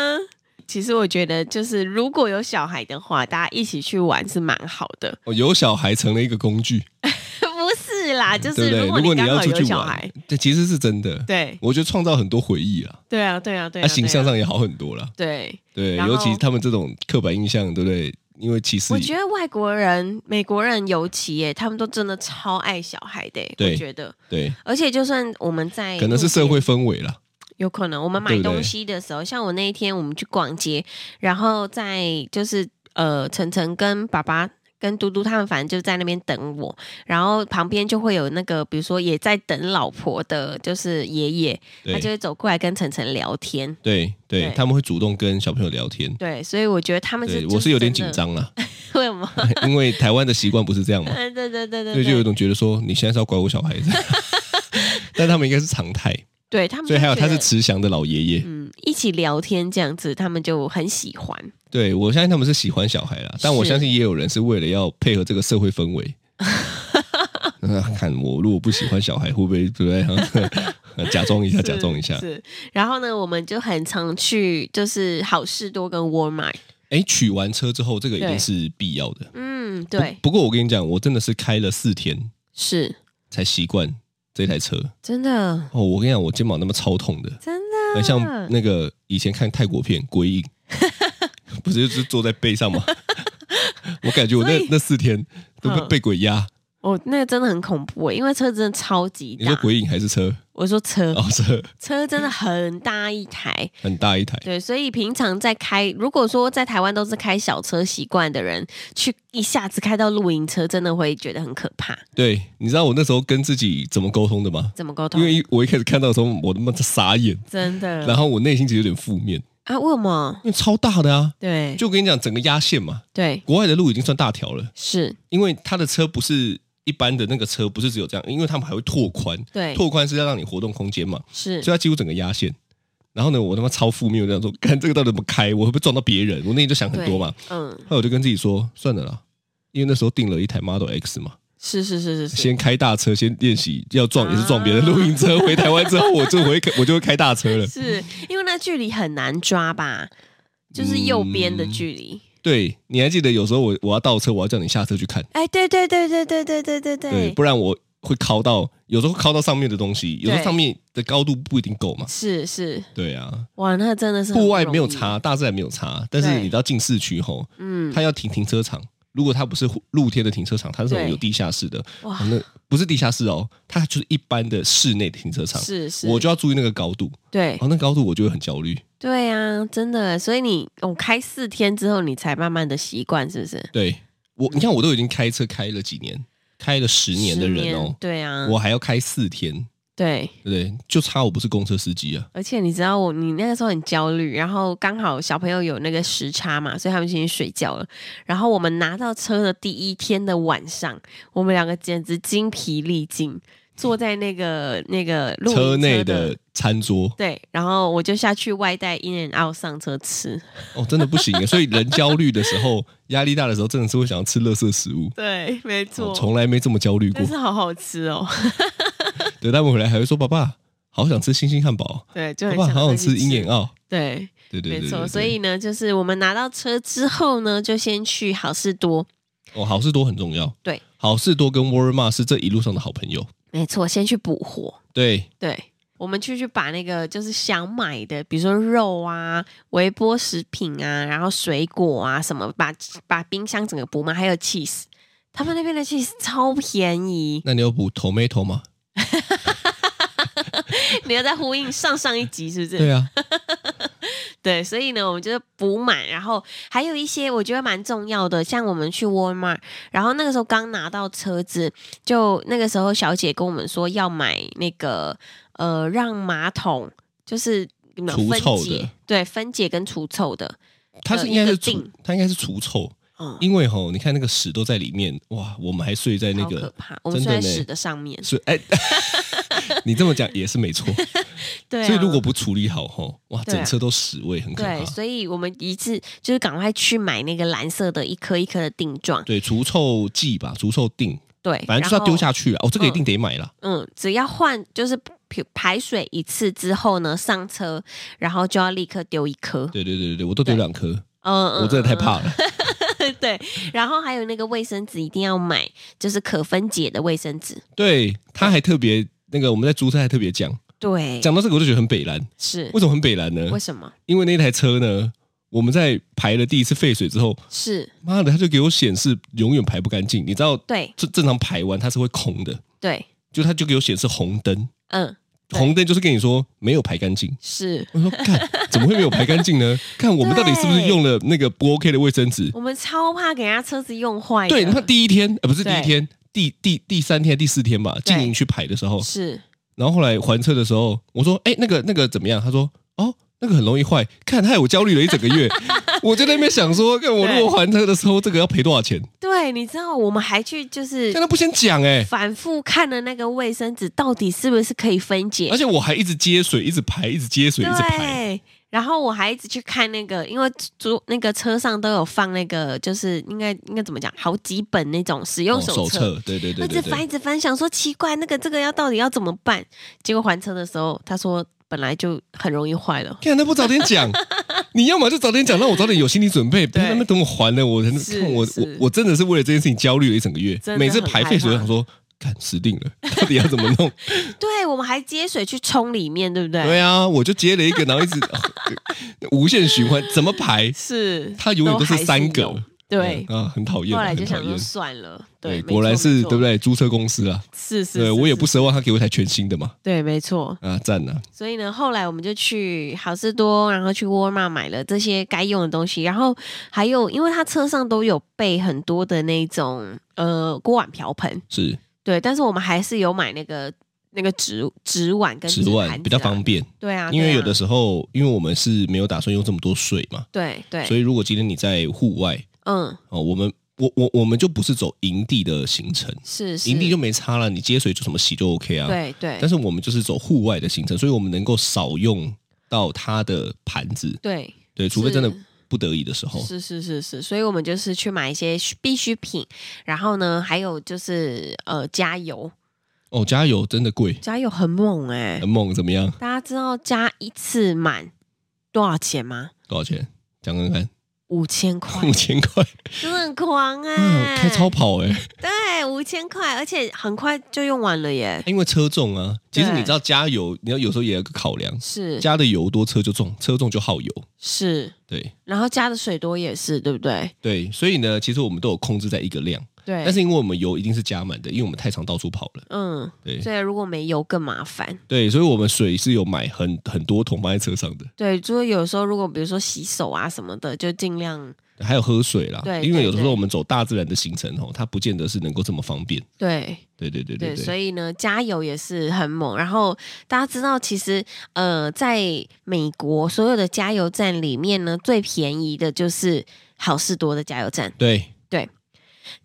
Speaker 2: 其实我觉得，就是如果有小孩的话，大家一起去玩是蛮好的。
Speaker 3: 我有小孩成了一个工具，
Speaker 2: 不是啦，就
Speaker 3: 嗯对
Speaker 2: 是
Speaker 3: 不对？如
Speaker 2: 果
Speaker 3: 果
Speaker 2: 你刚
Speaker 3: 要
Speaker 2: 好
Speaker 3: 出
Speaker 2: 有
Speaker 3: 去
Speaker 2: 小
Speaker 3: 玩
Speaker 2: 孩，，
Speaker 3: 对，其实是真的。
Speaker 2: 对
Speaker 3: 我觉得创造很多回忆啊，
Speaker 2: 对啊，对啊，对
Speaker 3: 那
Speaker 2: 啊，
Speaker 3: 形象
Speaker 2: 对啊
Speaker 3: 上也好很多啦。
Speaker 2: 对。
Speaker 3: 对，
Speaker 2: 然后
Speaker 3: 尤其他们这种刻板印象，对不对？因为歧视
Speaker 2: 我，觉得外国人、美国人尤其耶，他们都真的超爱小孩的耶。
Speaker 3: 对
Speaker 2: 我觉得，
Speaker 3: 对，
Speaker 2: 而且就算我们在
Speaker 3: 可能是
Speaker 2: 路
Speaker 3: 社
Speaker 2: 边
Speaker 3: 会氛围啦。
Speaker 2: 有可能我们买
Speaker 3: 对不对
Speaker 2: 东西的时候，像我那一天我们去逛街，然后在就是呃，晨晨跟爸爸。跟嘟嘟他们反正就在那边等我，然后旁边就会有那个，比如说也在等老婆的，就是爷爷，他就
Speaker 3: 对
Speaker 2: 会走过来跟晨晨聊天。
Speaker 3: 对对
Speaker 2: 对，
Speaker 3: 他们会主动跟小朋友聊天。
Speaker 2: 对，所以我觉得他们是
Speaker 3: 对，
Speaker 2: 就
Speaker 3: 我是有点
Speaker 2: 真
Speaker 3: 紧
Speaker 2: 的，
Speaker 3: 张啦，
Speaker 2: 为什么？
Speaker 3: 因为台湾的习惯不是这样嘛。
Speaker 2: 嗯， 对对对对
Speaker 3: 所以就有一
Speaker 2: 对，
Speaker 3: 种觉得说你现在是要拐我小孩 子，但他们应该是常态，
Speaker 2: 对他们
Speaker 3: 所以
Speaker 2: 就
Speaker 3: 还有
Speaker 2: 觉
Speaker 3: 他是
Speaker 2: 得
Speaker 3: 慈祥的老爷爷。
Speaker 2: 嗯一起聊天这样子，他们就很喜欢。
Speaker 3: 对我相信他们是喜欢小孩啦，但我
Speaker 2: 是
Speaker 3: 相信也有人是为了要配合这个社会氛 围。那看我如果不喜欢小孩，会不会对不 对？ 假装一下，
Speaker 2: 是
Speaker 3: 假装一下。
Speaker 2: 是，然后呢，我们就很常去，就是好事多跟 Walmart。
Speaker 3: 哎，取完车之后，这个一
Speaker 2: 对
Speaker 3: 定是必要的。
Speaker 2: 嗯，对，
Speaker 3: 不过我跟你讲，我真的是开了四天
Speaker 2: 是
Speaker 3: 才习惯这台车。
Speaker 2: 真的，
Speaker 3: 哦，我跟你讲，我肩膀那么超痛的，
Speaker 2: 真的，
Speaker 3: 很像那个以前看泰国片《鬼影》， 不是就是坐在背上吗？ 我感觉我那
Speaker 2: 所以
Speaker 3: 那四天都被
Speaker 2: 嗯
Speaker 3: 被鬼压。
Speaker 2: 哦，那个真的很恐怖欸诶，因为车真的超级
Speaker 3: 你说
Speaker 2: 大。
Speaker 3: 《鬼影》还是车？
Speaker 2: 我说车，
Speaker 3: 哦，车
Speaker 2: 车真的很大一台，
Speaker 3: 很大一台。
Speaker 2: 对，所以平常在开，如果说在台湾都是开小车习惯的人，去一下子开到露营车，真的会觉得很可怕。
Speaker 3: 对，你知道我那时候跟自己怎么沟通的吗？
Speaker 2: 怎么沟通
Speaker 3: 因？为一我一开始看到的时候，我他妈的傻眼，
Speaker 2: 真
Speaker 3: 然
Speaker 2: 的
Speaker 3: 后我内心其实有点负面，
Speaker 2: 啊？为什么？
Speaker 3: 因为超大的啊！
Speaker 2: 对，
Speaker 3: 就我跟你讲，整个压线嘛，
Speaker 2: 对，
Speaker 3: 国外的路已经算大条了，
Speaker 2: 是，
Speaker 3: 因为它的车不是一般的那个车，不是只有这样，因为他们还会拓宽，
Speaker 2: 对，
Speaker 3: 拓宽是要让你活动空间嘛。
Speaker 2: 是
Speaker 3: 所以他几乎整个压线。然后呢，我他妈超负面，我想说， 看这个到底怎么开，我会不会撞到别人？我那天就想很多嘛。，
Speaker 2: 对嗯，
Speaker 3: 后来我就跟自己说，算了啦，因为那时候订了一台 Model X 嘛，
Speaker 2: 是是是是是，
Speaker 3: 先开大车，先练习要撞也是撞别人
Speaker 2: 啊
Speaker 3: 的露营车。回台湾之后，我就 会我就会开大车了。
Speaker 2: 是因为那距离很难抓吧，就是右边
Speaker 3: 嗯
Speaker 2: 的距离。
Speaker 3: 对，你还记得有时候我我要倒车，我要叫你下车去看，
Speaker 2: 哎，对对对对对对对对
Speaker 3: 对，不然我会靠到，有时候靠到上面的东西，有时候
Speaker 2: 对
Speaker 3: 上面的高度不一定够嘛。
Speaker 2: 是是，
Speaker 3: 对啊，
Speaker 2: 哇，那真的是很
Speaker 3: 户外
Speaker 2: 不容易
Speaker 3: 没有，差，大自然没有差，但是
Speaker 2: 对
Speaker 3: 你到进市区吼，
Speaker 2: 嗯，
Speaker 3: 它要停停车场。如果它不是户露天的停车场，它是那种
Speaker 2: 对
Speaker 3: 有地下室的，
Speaker 2: 哇
Speaker 3: 哦，那不是地下室哦，它就是一般的室内停车场。
Speaker 2: 是是，
Speaker 3: 我就要注意那个高度，
Speaker 2: 对
Speaker 3: 哦，那高度我就会很焦虑。
Speaker 2: 对啊，真的，所以你我开四天之后，你才慢慢的习惯，是不是？
Speaker 3: 对
Speaker 2: 嗯
Speaker 3: 我，你看我都已经开车开了几年，开了十年的人
Speaker 2: 十年
Speaker 3: 哦，
Speaker 2: 对啊，
Speaker 3: 我还要开四天，
Speaker 2: 对。
Speaker 3: 对不对？就差我不是公车司机啊。
Speaker 2: 而且你知道我，你那个时候很焦虑，然后刚好小朋友有那个时差嘛，所以他们先去睡觉了。然后我们拿到车的第一天的晚上，我们两个简直精疲力尽，坐在那个那个露营
Speaker 3: 车内
Speaker 2: 的
Speaker 3: 的餐桌
Speaker 2: 对，然后我就下去外带 In and Out 上车吃，
Speaker 3: 哦，真的不 行耶。所以人焦虑的时候，压力大的时候，真的是会想要吃垃圾食物。
Speaker 2: 对，没
Speaker 3: 我
Speaker 2: 错，
Speaker 3: 哦从来没这么焦虑过
Speaker 2: 但。是好好吃哦，
Speaker 3: 对，他们回来还会说：“爸爸，好想吃星星汉堡，
Speaker 2: 对，就
Speaker 3: 爸
Speaker 2: 很嗯
Speaker 3: 爸
Speaker 2: 想
Speaker 3: 好想
Speaker 2: 再去
Speaker 3: 吃鹰眼澳。
Speaker 2: 对，”
Speaker 3: 对对
Speaker 2: 没
Speaker 3: 对，
Speaker 2: 错，
Speaker 3: 对
Speaker 2: 所以呢，就是我们拿到车之后呢，就先去好事多，
Speaker 3: 哦，好事多很重要。
Speaker 2: 对，
Speaker 3: 好事多跟沃尔玛是这一路上的好朋友。
Speaker 2: 没错，先去补货。
Speaker 3: 对，
Speaker 2: 对，我们去去把那个就是想买的，比如说肉啊、微波食品啊，然后水果啊什么，把把冰箱整个补满，还有 cheese。他们那边的 cheese 超便宜，
Speaker 3: 那你有补 tomato 吗？
Speaker 2: 你要在呼应上上一集是不是？
Speaker 3: 对啊，
Speaker 2: 对，所以呢，我们就是补满，然后还有一些我觉得蛮重要的，像我们去 Walmart，然后那个时候刚拿到车子，就那个时候小姐跟我们说要买那个呃，让马桶就是你们
Speaker 3: 除
Speaker 2: 分
Speaker 3: 臭
Speaker 2: 解
Speaker 3: 的，
Speaker 2: 对，分解跟除臭的，
Speaker 3: 它是
Speaker 2: 呃
Speaker 3: 应该
Speaker 2: 一个
Speaker 3: 是除
Speaker 2: 定，
Speaker 3: 它应该是除臭。
Speaker 2: 嗯，
Speaker 3: 因为吼，你看那个屎都在里面，哇，我们还睡哎在那
Speaker 2: 好可
Speaker 3: 个
Speaker 2: 怕，我们
Speaker 3: 真
Speaker 2: 睡在 屎的
Speaker 3: 的呢
Speaker 2: 上面，
Speaker 3: 睡，哎，你这么讲也是没错，
Speaker 2: 对啊、
Speaker 3: 所以如果不处理好吼，哇，
Speaker 2: 对啊
Speaker 3: 整车都屎味，很可怕
Speaker 2: 对，。所以我们一次就是赶快去买那个蓝色的一颗一颗的定状，
Speaker 3: 对，除臭剂吧，除臭定，
Speaker 2: 对，
Speaker 3: 反正就是
Speaker 2: 然
Speaker 3: 要
Speaker 2: 后
Speaker 3: 丢下去了。哦，这个一定得买啦。
Speaker 2: 嗯，只要换就是排排水一次之后呢，上车然后就要立刻丢一颗，
Speaker 3: 对对对对对，我都丢两颗，
Speaker 2: 嗯，嗯
Speaker 3: 我真的太怕了。
Speaker 2: 嗯对，然后还有那个卫生纸一定要买，就是可分解的卫生纸，
Speaker 3: 对，他还特别那个我们在租车还特别讲，
Speaker 2: 对，
Speaker 3: 讲到这个我就觉得很北蓝。
Speaker 2: 是
Speaker 3: 为什么很北蓝呢
Speaker 2: 为？什么？
Speaker 3: 因为那台车呢，我们在排了第一次废水之后，
Speaker 2: 是
Speaker 3: 妈的，它就给我显示永远排不干净。你知道，
Speaker 2: 对
Speaker 3: 正正常排完它是会空的，
Speaker 2: 对，
Speaker 3: 就它就给我显示红灯，
Speaker 2: 嗯，对
Speaker 3: 红灯就是跟你说没有排干净。
Speaker 2: 是
Speaker 3: 我说 看，怎么会没有排干净呢？看我们到底是不是用了那个不 OK 的卫生纸？
Speaker 2: 我们超怕给人家车子用坏的，
Speaker 3: 对，他第一天，呃，不是第
Speaker 2: 对
Speaker 3: 一天，第第第三天、第四天吧，
Speaker 2: 对
Speaker 3: 进营去排的时候，
Speaker 2: 是
Speaker 3: 然后后来还车的时候，我说，哎，那个那个怎么样？他说，哦，那个很容易坏，看害我焦虑了一整个月。 我就在那边想说，看我如果还车的时候，这个要赔多少钱？
Speaker 2: 对，你知道我们还去就是
Speaker 3: 但他不先讲哎、
Speaker 2: 反复看的那个卫生纸到底是不是可以分解
Speaker 3: 而，且我还一直接水，一直排，一直接水，一直排。
Speaker 2: 对，然后我还一直去看那个，因为租那个车上都有放那个，就是应该应该怎么讲，好几本那种使用
Speaker 3: 哦
Speaker 2: 手
Speaker 3: 手
Speaker 2: 册。
Speaker 3: 册，对对
Speaker 2: 我
Speaker 3: 对
Speaker 2: 一直
Speaker 3: 对
Speaker 2: 翻
Speaker 3: 对，
Speaker 2: 一直翻，想说奇怪，那个这个要到底要怎么办？结果还车的时候，他说本来就很容易坏了，
Speaker 3: 看他不早点讲，你要么就早点讲，让我早点有心理准备，不要
Speaker 2: 对
Speaker 3: 那边等我还了，我才能
Speaker 2: 是
Speaker 3: 看我我
Speaker 2: 是
Speaker 3: 我真的是为了这件事情焦虑了一整个月
Speaker 2: 真，的
Speaker 3: 每次排废水
Speaker 2: 很害怕
Speaker 3: 我想说，看死定了， 到底要怎么弄？
Speaker 2: 对我们还接水去冲里面，对不对？
Speaker 3: 对啊，我就接了一个，然后一直 无限循环，怎么排？
Speaker 2: 是，
Speaker 3: 它永远都是三
Speaker 2: 都还
Speaker 3: 个
Speaker 2: 是有，对，
Speaker 3: 嗯啊，很讨厌
Speaker 2: 后
Speaker 3: 啊，
Speaker 2: 来
Speaker 3: 很
Speaker 2: 就
Speaker 3: 讨
Speaker 2: 想说
Speaker 3: 厌。
Speaker 2: 算了，
Speaker 3: 对，
Speaker 2: 对，
Speaker 3: 果然是对不
Speaker 2: 对？
Speaker 3: 对？租车公司啊，
Speaker 2: 是是，
Speaker 3: 对
Speaker 2: 是
Speaker 3: 我也不
Speaker 2: 是
Speaker 3: 奢望他给我一台全新的嘛，
Speaker 2: 对，没错，
Speaker 3: 啊，赞呐！
Speaker 2: 所以呢，后来我们就去好事多，然后去沃尔玛买了这些该用的东西，然后还有，因为他车上都有备很多的那种呃锅碗瓢盆，
Speaker 3: 是
Speaker 2: 对，但是我们还是有买那个那个纸纸碗跟
Speaker 3: 十
Speaker 2: 盘子
Speaker 3: 万
Speaker 2: 啊
Speaker 3: 比较方便，
Speaker 2: 对啊，
Speaker 3: 因为
Speaker 2: 对啊
Speaker 3: 有的时候，因为我们是没有打算用这么多水嘛，
Speaker 2: 对对，
Speaker 3: 所以如果今天你在户外
Speaker 2: 嗯
Speaker 3: 哦，我们我我我们就不是走营地的行程，
Speaker 2: 是是
Speaker 3: 营地就没差了，你接水就怎么洗就 OK 啊。
Speaker 2: 对对
Speaker 3: 但是我们就是走户外的行程，所以我们能够少用到它的盘子，
Speaker 2: 对
Speaker 3: 对，除非
Speaker 2: 是
Speaker 3: 真的不得已的时候，
Speaker 2: 是是是是，所以我们就是去买一些必需品，然后呢，还有就是呃加油，
Speaker 3: 哦，加油真的贵，
Speaker 2: 加油很猛哎、
Speaker 3: 很猛，怎么样？
Speaker 2: 大家知道加一次满多少钱吗？
Speaker 3: 多少钱？讲看看，，
Speaker 2: 五千块
Speaker 3: 五千 块，
Speaker 2: 真的很狂哎、
Speaker 3: 嗯，开超跑哎、
Speaker 2: 对，五千块，而且很快就用完了耶。
Speaker 3: 因为车重啊，其实
Speaker 2: 对
Speaker 3: 你知道加油，你要有时候也有个考量，
Speaker 2: 是
Speaker 3: 加的油多车就重，车重就耗油，
Speaker 2: 是，
Speaker 3: 对
Speaker 2: 然后加的水多也是，对不对？
Speaker 3: 对，所以呢，其实我们都有控制在一个量，
Speaker 2: 对，
Speaker 3: 但是因为我们油一定是加满的，因为我们太常到处跑了，
Speaker 2: 嗯，
Speaker 3: 对
Speaker 2: 所以如果没油更麻烦。
Speaker 3: 对，所以我们水是有买很很多桶放在车上的。
Speaker 2: 对，就是有时候如果比如说洗手啊什么的，就尽量
Speaker 3: 还有喝水啦，
Speaker 2: 对
Speaker 3: 因为
Speaker 2: 对
Speaker 3: 有时
Speaker 2: 对
Speaker 3: 候我们走大自然的行程哦，它不见得是能够这么方便。
Speaker 2: 对
Speaker 3: 对对对
Speaker 2: 对，所
Speaker 3: 对，
Speaker 2: 以呢，加油也是很猛。然后大家知道，其实呃，在美国所有的加油站里面呢，最便宜的就是好事多的加油站。
Speaker 3: 对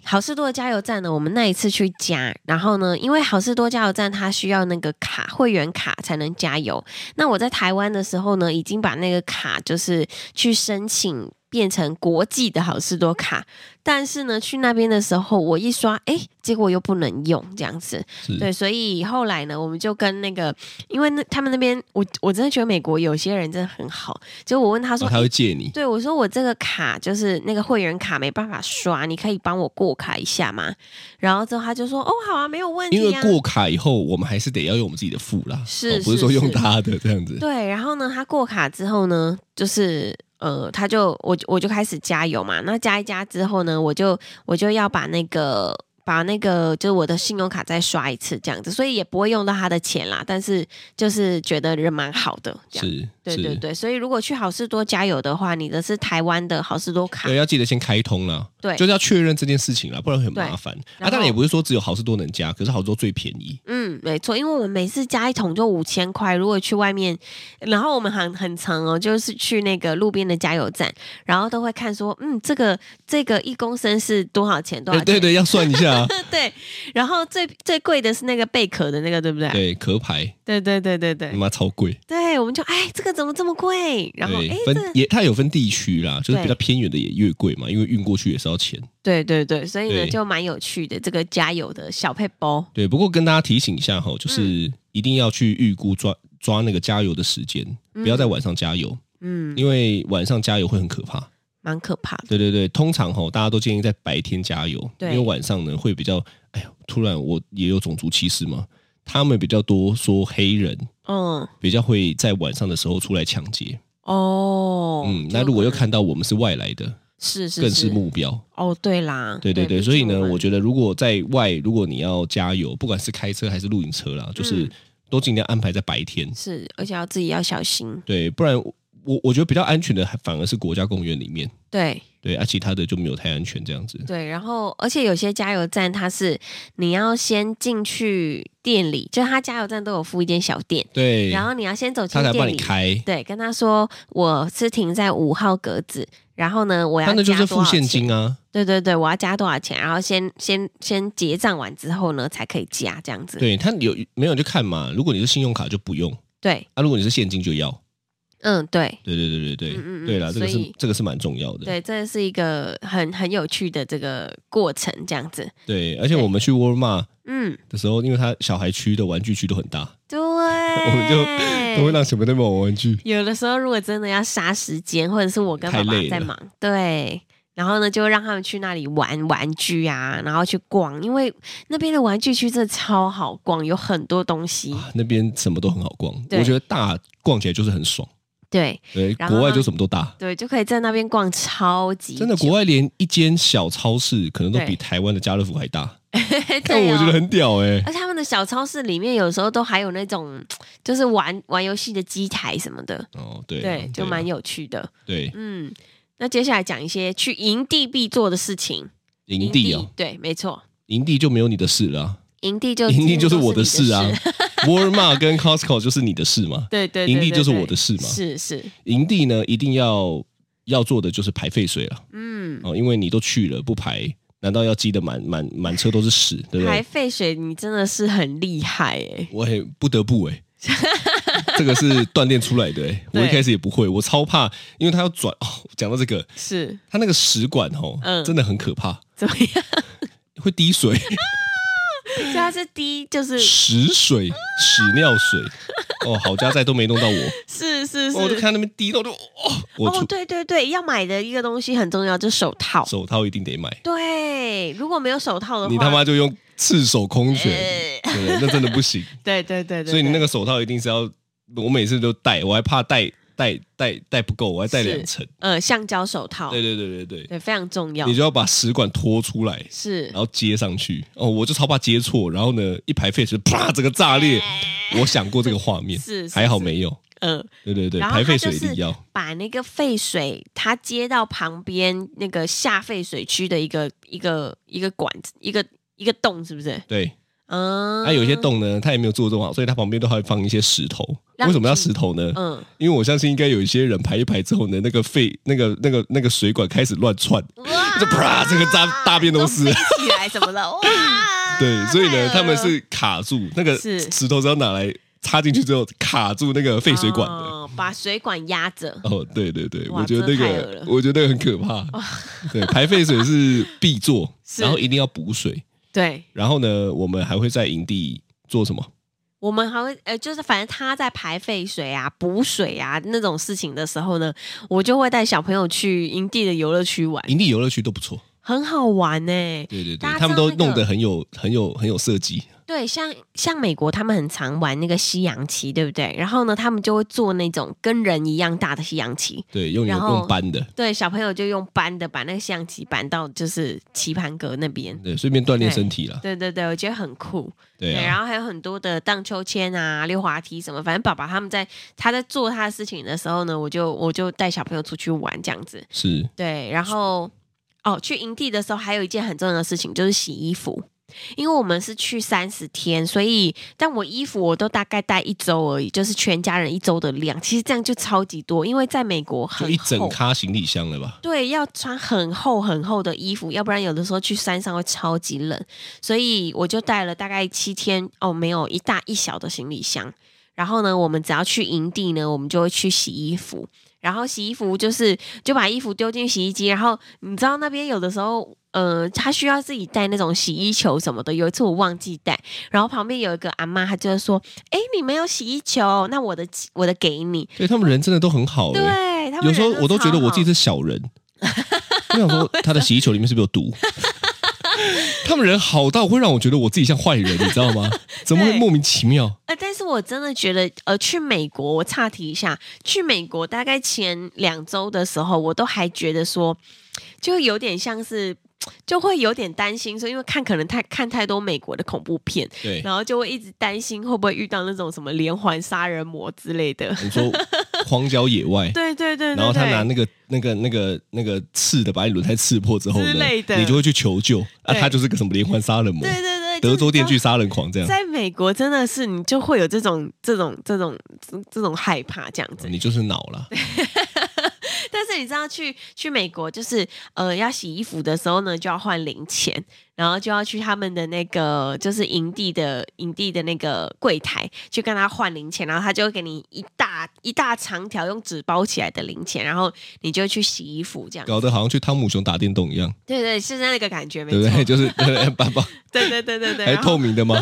Speaker 2: 好事多的加油站呢，我们那一次去加，然后呢，因为好事多加油站它需要那个卡会员卡才能加油。那我在台湾的时候呢，已经把那个卡就是去申请变成国际的好事多卡，但是呢，去那边的时候我一刷，哎，结果又不能用这样子。
Speaker 3: 是，
Speaker 2: 对，所以后来呢，我们就跟那个，因为那他们那边，我我真的觉得美国有些人真的很好。就我问他说，
Speaker 3: 哦他
Speaker 2: 诶
Speaker 3: 会借你，
Speaker 2: 对，我说我这个卡就是那个会员卡没办法刷，你可以帮我过卡一下吗？然后之后他就说，哦，好啊，没有问
Speaker 3: 因为
Speaker 2: 题啊。
Speaker 3: 过卡以后，我们还是得要用我们自己的付啦，
Speaker 2: 是
Speaker 3: 哦不
Speaker 2: 是
Speaker 3: 是说用
Speaker 2: 是
Speaker 3: 他的这样子。
Speaker 2: 对，然后呢，他过卡之后呢，就是呃，他就我我就开始加油嘛。那加一加之后呢，我就我就要把那个把那个就是我的信用卡再刷一次这样子，所以也不会用到他的钱啦。但是就是觉得人蛮好的这样。
Speaker 3: 是，
Speaker 2: 对
Speaker 3: 是
Speaker 2: 对对，所以如果去好事多加油的话，你的是台湾的好事多卡
Speaker 3: 对，，要记得先开通啦。
Speaker 2: 对
Speaker 3: 就是要确认这件事情啦，不然很麻
Speaker 2: 对
Speaker 3: 烦。啊，
Speaker 2: 然后
Speaker 3: 当然也不是说只有好事多能加，可是好事多最便宜。
Speaker 2: 嗯，没错，因为我们每次加一桶就五千块，如果去外面，然后我们很很常哦，就是去那个路边的加油站，然后都会看说，嗯，这个这个一公升是多少钱？多少
Speaker 3: 对
Speaker 2: 钱？
Speaker 3: 对对，要算一下啊，
Speaker 2: 对然后最最贵的是那个贝壳的那个，对不对？
Speaker 3: 对壳牌，
Speaker 2: 对对对对对
Speaker 3: 他妈超贵。
Speaker 2: 对，我们就哎，这个怎么这么贵？然后
Speaker 3: 对
Speaker 2: 哎，这
Speaker 3: 分也它有分地区啦，就是
Speaker 2: 对
Speaker 3: 比较偏远的也越贵嘛，因为运过去也是要钱。
Speaker 2: 对对对，所以呢
Speaker 3: 对
Speaker 2: 就蛮有趣的这个加油的小配包。
Speaker 3: 对，不过跟大家提醒一下哈，
Speaker 2: 嗯
Speaker 3: 就是一定要去预估抓抓那个加油的时间，不要在晚上加油，
Speaker 2: 嗯，
Speaker 3: 因为晚上加油会很可怕。
Speaker 2: 蛮可怕的。
Speaker 3: 对对对，通常哈，大家都建议在白天加油，因
Speaker 2: 对
Speaker 3: 为晚上呢会比较，哎呀，突然我也有种族歧视吗？他们比较多说黑人
Speaker 2: 嗯，
Speaker 3: 比较会在晚上的时候出来抢劫，
Speaker 2: 哦，
Speaker 3: 嗯，
Speaker 2: 就
Speaker 3: 那如果又
Speaker 2: 可能
Speaker 3: 看到我们是外来的，
Speaker 2: 是是
Speaker 3: 更是目标。
Speaker 2: 哦，对啦，
Speaker 3: 对对对，所以呢，我
Speaker 2: 得
Speaker 3: 觉得如果在外，如果你要加油，不管是开车还是露营车啦，就是
Speaker 2: 嗯
Speaker 3: 都尽量安排在白天，
Speaker 2: 是，而且要自己要小心。
Speaker 3: 对，不然我我我觉得比较安全的还反而是国家公园里面，
Speaker 2: 对
Speaker 3: 对，啊，其他的就没有太安全这样子。
Speaker 2: 对，然后而且有些加油站它是你要先进去店里，就它加油站都有附一间小店，
Speaker 3: 对，
Speaker 2: 然后你要先走进
Speaker 3: 他才
Speaker 2: 店
Speaker 3: 帮你
Speaker 2: 里，
Speaker 3: 开，
Speaker 2: 对，跟他说我是停在五号格子，然后呢我要
Speaker 3: 他那就是
Speaker 2: 加多
Speaker 3: 付
Speaker 2: 少
Speaker 3: 现
Speaker 2: 钱？
Speaker 3: 金啊，
Speaker 2: 对对对，我要加多少钱？然后先先先结账完之后呢才可以加这样子。
Speaker 3: 对他有没有就看嘛，如果你是信用卡就不用，
Speaker 2: 对，
Speaker 3: 啊，如果你是现金就要，
Speaker 2: 嗯对。
Speaker 3: 对对对对对，
Speaker 2: 嗯嗯嗯
Speaker 3: 对啦，这个
Speaker 2: 所
Speaker 3: 是
Speaker 2: 以
Speaker 3: 这个是蛮重要的，
Speaker 2: 对，这是一个很很有趣的这个过程，这样子。
Speaker 3: 对，而且
Speaker 2: 对
Speaker 3: 我们去沃尔玛
Speaker 2: 嗯，
Speaker 3: 的时候，因为他小孩区的玩具区都很大，
Speaker 2: 对，
Speaker 3: 我们就都会让小朋友们玩玩具。
Speaker 2: 有的时候如果真的要杀时间，或者是我跟爸
Speaker 3: 太
Speaker 2: 爸
Speaker 3: 累
Speaker 2: 在
Speaker 3: 了
Speaker 2: 忙，对，然后呢就让他们去那里玩玩具啊，然后去逛，因为那边的玩具区真的超好逛，有很多东西。
Speaker 3: 啊，那边什么都很好逛，
Speaker 2: 对
Speaker 3: 我觉得大逛起来就是很爽。
Speaker 2: 对
Speaker 3: 对，
Speaker 2: 然后
Speaker 3: 国外
Speaker 2: 呢
Speaker 3: 就什么都大，
Speaker 2: 对，就可以在那边逛超级
Speaker 3: 真的，
Speaker 2: 久
Speaker 3: 国外连一间小超市可能都
Speaker 2: 对
Speaker 3: 比台湾的家乐福还大，但
Speaker 2: 对、哦，
Speaker 3: 我觉得很屌哎、
Speaker 2: 而且他们的小超市里面有时候都还有那种就是玩玩游戏的机台什么的，
Speaker 3: 哦，对啊，
Speaker 2: 呃对，就
Speaker 3: 啊
Speaker 2: 蛮有趣的。
Speaker 3: 对
Speaker 2: 嗯，那接下来讲一些去营地必做的事情。
Speaker 3: 营地哦，，
Speaker 2: 对，没错，
Speaker 3: 营地就没有你的事了啊、
Speaker 2: 营地就
Speaker 3: 营地就
Speaker 2: 几
Speaker 3: 是
Speaker 2: 乎
Speaker 3: 我
Speaker 2: 都
Speaker 3: 的
Speaker 2: 是你
Speaker 3: 事啊 沃尔玛跟 Costco 就是你的事嘛，
Speaker 2: 对对，对
Speaker 3: 营地就是
Speaker 2: 对
Speaker 3: 我的事嘛
Speaker 2: 是是，
Speaker 3: 营地呢一定要要做的就是排废水了
Speaker 2: 嗯，
Speaker 3: 哦，因为你都去了不排，难道要积得满满满车都是屎，对不
Speaker 2: 排
Speaker 3: 对？
Speaker 2: 废水你真的是很厉害哎，
Speaker 3: 我也不得不 哎、这个是锻炼出来的、欸，我一
Speaker 2: 对
Speaker 3: 开始也不会，我超怕，因为他要转哦。讲到这个，
Speaker 2: 是
Speaker 3: 他那个食管哦，
Speaker 2: 嗯
Speaker 3: 真的很可怕，
Speaker 2: 怎么样？
Speaker 3: 会滴水，
Speaker 2: 所以它是第一，就是
Speaker 3: 屎水、屎尿水。哦，好家在都没弄到我，
Speaker 2: 是是。
Speaker 3: 哦我就是看那边滴到，我就哦，我
Speaker 2: 哦，
Speaker 3: 出
Speaker 2: 对对对，要买的一个东西很重要，就是手套。
Speaker 3: 手套一定得买，
Speaker 2: 对，如果没有手套的话，
Speaker 3: 你他妈就用赤手空拳，
Speaker 2: 呃
Speaker 3: 对不对？那真的不行。
Speaker 2: 对对对 对，
Speaker 3: 所以你那
Speaker 2: 个
Speaker 3: 个手套一定是要，我每次都戴，我还怕戴戴戴戴不够，我还戴
Speaker 2: 是
Speaker 3: 两层。
Speaker 2: 呃橡胶手套，
Speaker 3: 对对对对对，
Speaker 2: 对非常重要
Speaker 3: 你，就要把食管拖出来，
Speaker 2: 是
Speaker 3: 然后接上去。哦，我就超怕接错，然后呢，一排废水，啪，整个炸裂。我想过这个画面，
Speaker 2: 哎是是
Speaker 3: 还好
Speaker 2: 是
Speaker 3: 没有。
Speaker 2: 嗯，
Speaker 3: 对对对，
Speaker 2: 然后
Speaker 3: 排废
Speaker 2: 它
Speaker 3: 水
Speaker 2: 就
Speaker 3: 一定
Speaker 2: 是
Speaker 3: 要。
Speaker 2: 把那个废水它接到旁边那个下废水区的一个一个一个管子，一个一个洞，是不是？
Speaker 3: 对，
Speaker 2: 嗯，
Speaker 3: 那、啊有些洞呢，它也没有做这么好，所以它旁边都还放一些石头。
Speaker 2: 让
Speaker 3: 为什么要
Speaker 2: 进
Speaker 3: 石头呢？
Speaker 2: 嗯，
Speaker 3: 因为我相信应该有一些人排一排之后呢，那个肺、那个、那个、那个水管开始乱窜，
Speaker 2: 哇
Speaker 3: 就啪，这个大大便都是！
Speaker 2: 飞。起来什么的，哇
Speaker 3: 对，所
Speaker 2: 太
Speaker 3: 以
Speaker 2: 恶
Speaker 3: 呢，
Speaker 2: 了
Speaker 3: 他们是卡住那个
Speaker 2: 是
Speaker 3: 石头，是要拿来插进去之后卡住那个废水管的。
Speaker 2: 哦把水管压着，
Speaker 3: 哦，对对对，
Speaker 2: 哇
Speaker 3: 我觉得那
Speaker 2: 真的太恶
Speaker 3: 个
Speaker 2: 了，
Speaker 3: 我觉得那个很可怕。对，排废水是必做，
Speaker 2: 是
Speaker 3: 然后一定要补水。
Speaker 2: 对。
Speaker 3: 然后呢，我们还会在营地做什么？
Speaker 2: 我们还会呃，就是反正他在排废水啊、补水啊那种事情的时候呢，我就会带小朋友去营地的游乐区玩，
Speaker 3: 营地游乐区都不错。
Speaker 2: 很好玩呢、欸
Speaker 3: 对对
Speaker 2: 大
Speaker 3: 对，
Speaker 2: 家
Speaker 3: 他们
Speaker 2: 知道
Speaker 3: 都
Speaker 2: 那个
Speaker 3: 弄得很有很有很有设计。
Speaker 2: 对，像像美国他们很常玩那个西洋棋，对不对？然后呢，他们就会做那种跟人一样大的西洋棋。
Speaker 3: 对，用
Speaker 2: 然后
Speaker 3: 用搬的，
Speaker 2: 对，小朋友就用搬的把那个西洋棋搬到就是棋盘格那边。
Speaker 3: 对，顺便锻炼
Speaker 2: 对
Speaker 3: 身体啦。
Speaker 2: 对对对，我觉得很酷。
Speaker 3: 对啊，
Speaker 2: 然后还有很多的荡秋千啊、溜滑梯什么，反正爸爸他们在他在做他的事情的时候呢，我就我就带小朋友出去玩这样子。
Speaker 3: 是
Speaker 2: 对，然后哦，去营地的时候还有一件很重要的事情就是洗衣服，因为我们是去三十天，所以但我衣服我都大概带一周而已，就是全家人一周的量。其实这样就超级多，因为在美国很
Speaker 3: 就一
Speaker 2: 厚
Speaker 3: 整咖行李箱了吧？
Speaker 2: 对，要穿很厚很厚的衣服，要不然有的时候去山上会超级冷，所以我就带了大概七天哦，没有一大一小的行李箱。然后呢，我们只要去营地呢，我们就会去洗衣服。然后洗衣服就是就把衣服丢进洗衣机，然后你知道那边有的时候，呃，他需要自己带那种洗衣球什么的。有一次我忘记带，然后旁边有一个阿妈，她就会说：“哎，你没有洗衣球，那我的我的给你。
Speaker 3: 对他们人真的都很好哎、
Speaker 2: 对”他们
Speaker 3: 有时候
Speaker 2: 人
Speaker 3: 我都觉
Speaker 2: 超
Speaker 3: 得我自己
Speaker 2: 好
Speaker 3: 是小人，我 想说他的洗衣球里面是不是有毒？他们人好到会让我觉得我自己像坏人，你知道吗？怎么会
Speaker 2: 对
Speaker 3: 莫名其妙？
Speaker 2: 呃，但是我真的觉得，呃，去美国，我岔题一下，去美国大概前两周的时候，我都还觉得说，就有点像是，就会有点担心，说因为看可能太看太多美国的恐怖片，
Speaker 3: 对，
Speaker 2: 然后就会一直担心会不会遇到那种什么连环杀人魔之类的。
Speaker 3: 你说荒郊野外，
Speaker 2: 对对对对对，
Speaker 3: 然后他拿那个那个那个那个刺的把你轮胎刺破之后
Speaker 2: 之
Speaker 3: 呢
Speaker 2: 类，的
Speaker 3: 你就会去求救啊，
Speaker 2: 对
Speaker 3: 他就是个什么连环杀人魔
Speaker 2: 对，对对，
Speaker 3: 德州电锯
Speaker 2: 就是
Speaker 3: 杀人狂这样，
Speaker 2: 在美国真的是你就会有这种这种这种这这种害怕这样子。
Speaker 3: 你就是恼了，
Speaker 2: 但是你知道去去美国，就是呃要洗衣服的时候呢，就要换零钱，然后就要去他们的那个就是营地的营地的那个柜台去跟他换零钱，然后他就会给你一大一大长条用纸包起来的零钱，然后你就去洗衣服这样。
Speaker 3: 搞得好像去汤姆熊打电动一样，
Speaker 2: 对对，是那个感觉，没
Speaker 3: 对不
Speaker 2: 错。
Speaker 3: 对？ 就是对把把
Speaker 2: 对对对对对，
Speaker 3: 还
Speaker 2: 然后
Speaker 3: 透明 的吗？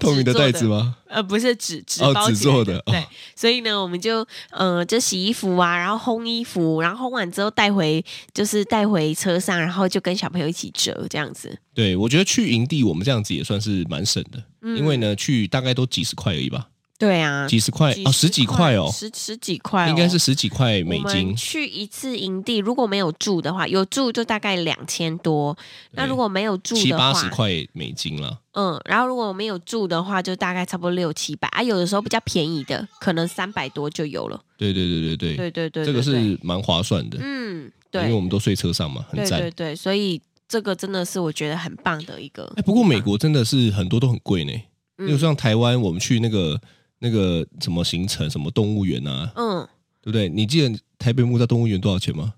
Speaker 3: 透明的袋子吗？
Speaker 2: 呃，不是纸纸
Speaker 3: 哦
Speaker 2: 包
Speaker 3: 纸
Speaker 2: 起来
Speaker 3: 做的
Speaker 2: 对
Speaker 3: 哦，
Speaker 2: 所以呢，我们就呃就洗衣服啊，然后烘衣服，然后烘完之后带回就是带回车上，然后就跟小朋友一起折这样子。
Speaker 3: 对，我觉得去营地我们这样子也算是蛮省的，
Speaker 2: 嗯
Speaker 3: 因为呢，去大概都几十块而已吧，
Speaker 2: 对啊，
Speaker 3: 几十块哦，十几块哦，
Speaker 2: 十十几块、哦
Speaker 3: 应该是。十几块美
Speaker 2: 我
Speaker 3: 金
Speaker 2: 们。去一次营地，如果没有住的话，有住就大概两千多。那如果没有住
Speaker 3: 七
Speaker 2: 的
Speaker 3: 八十
Speaker 2: 话，
Speaker 3: 块美金啦，
Speaker 2: 嗯，然后如果没有住的话，就大概差不多六七百啊。有的时候比较便宜的，可能三百多就有了。
Speaker 3: 对对对对对，
Speaker 2: 对对对
Speaker 3: 这个
Speaker 2: 对对
Speaker 3: 是蛮划算的，
Speaker 2: 嗯，
Speaker 3: 因为我
Speaker 2: 对
Speaker 3: 们都睡车上嘛，很
Speaker 2: 对
Speaker 3: 赞
Speaker 2: 对。对，所以这个真的是我觉得很棒的一个地方。
Speaker 3: 哎，不过美国真的是很多都很贵呢，
Speaker 2: 嗯，
Speaker 3: 比如像台湾，我们去那个那个什么行程，什么动物园啊，
Speaker 2: 嗯
Speaker 3: 对不对？你记得台北木栅动物园多少钱吗？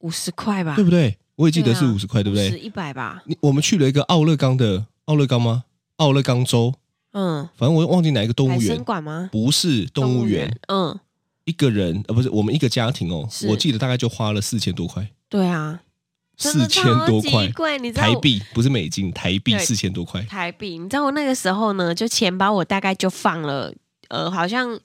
Speaker 2: 五十块吧
Speaker 3: 对，不对？我也记得是
Speaker 2: 啊对啊
Speaker 3: 五十块，对不
Speaker 2: 十
Speaker 3: 对？
Speaker 2: 一百吧，
Speaker 3: 你我们去了一个奥勒冈的奥勒冈吗？奥勒冈州，
Speaker 2: 嗯，
Speaker 3: 反正我忘记哪一个动
Speaker 2: 海
Speaker 3: 物
Speaker 2: 参
Speaker 3: 园，
Speaker 2: 馆吗？
Speaker 3: 不是动物园，，
Speaker 2: 嗯，
Speaker 3: 一个人呃不是我们一个家庭哦
Speaker 2: 是，
Speaker 3: 我记得大概就花了四千多块，
Speaker 2: 对啊，真
Speaker 3: 四
Speaker 2: 的
Speaker 3: 千
Speaker 2: 超
Speaker 3: 多
Speaker 2: 级
Speaker 3: 块
Speaker 2: 贵，你知道
Speaker 3: 台
Speaker 2: 我
Speaker 3: 币，不是美金，台币
Speaker 2: 对
Speaker 3: 四千多块，
Speaker 2: 台币，你知道我那个时候呢，就钱包我大概就放了呃，好像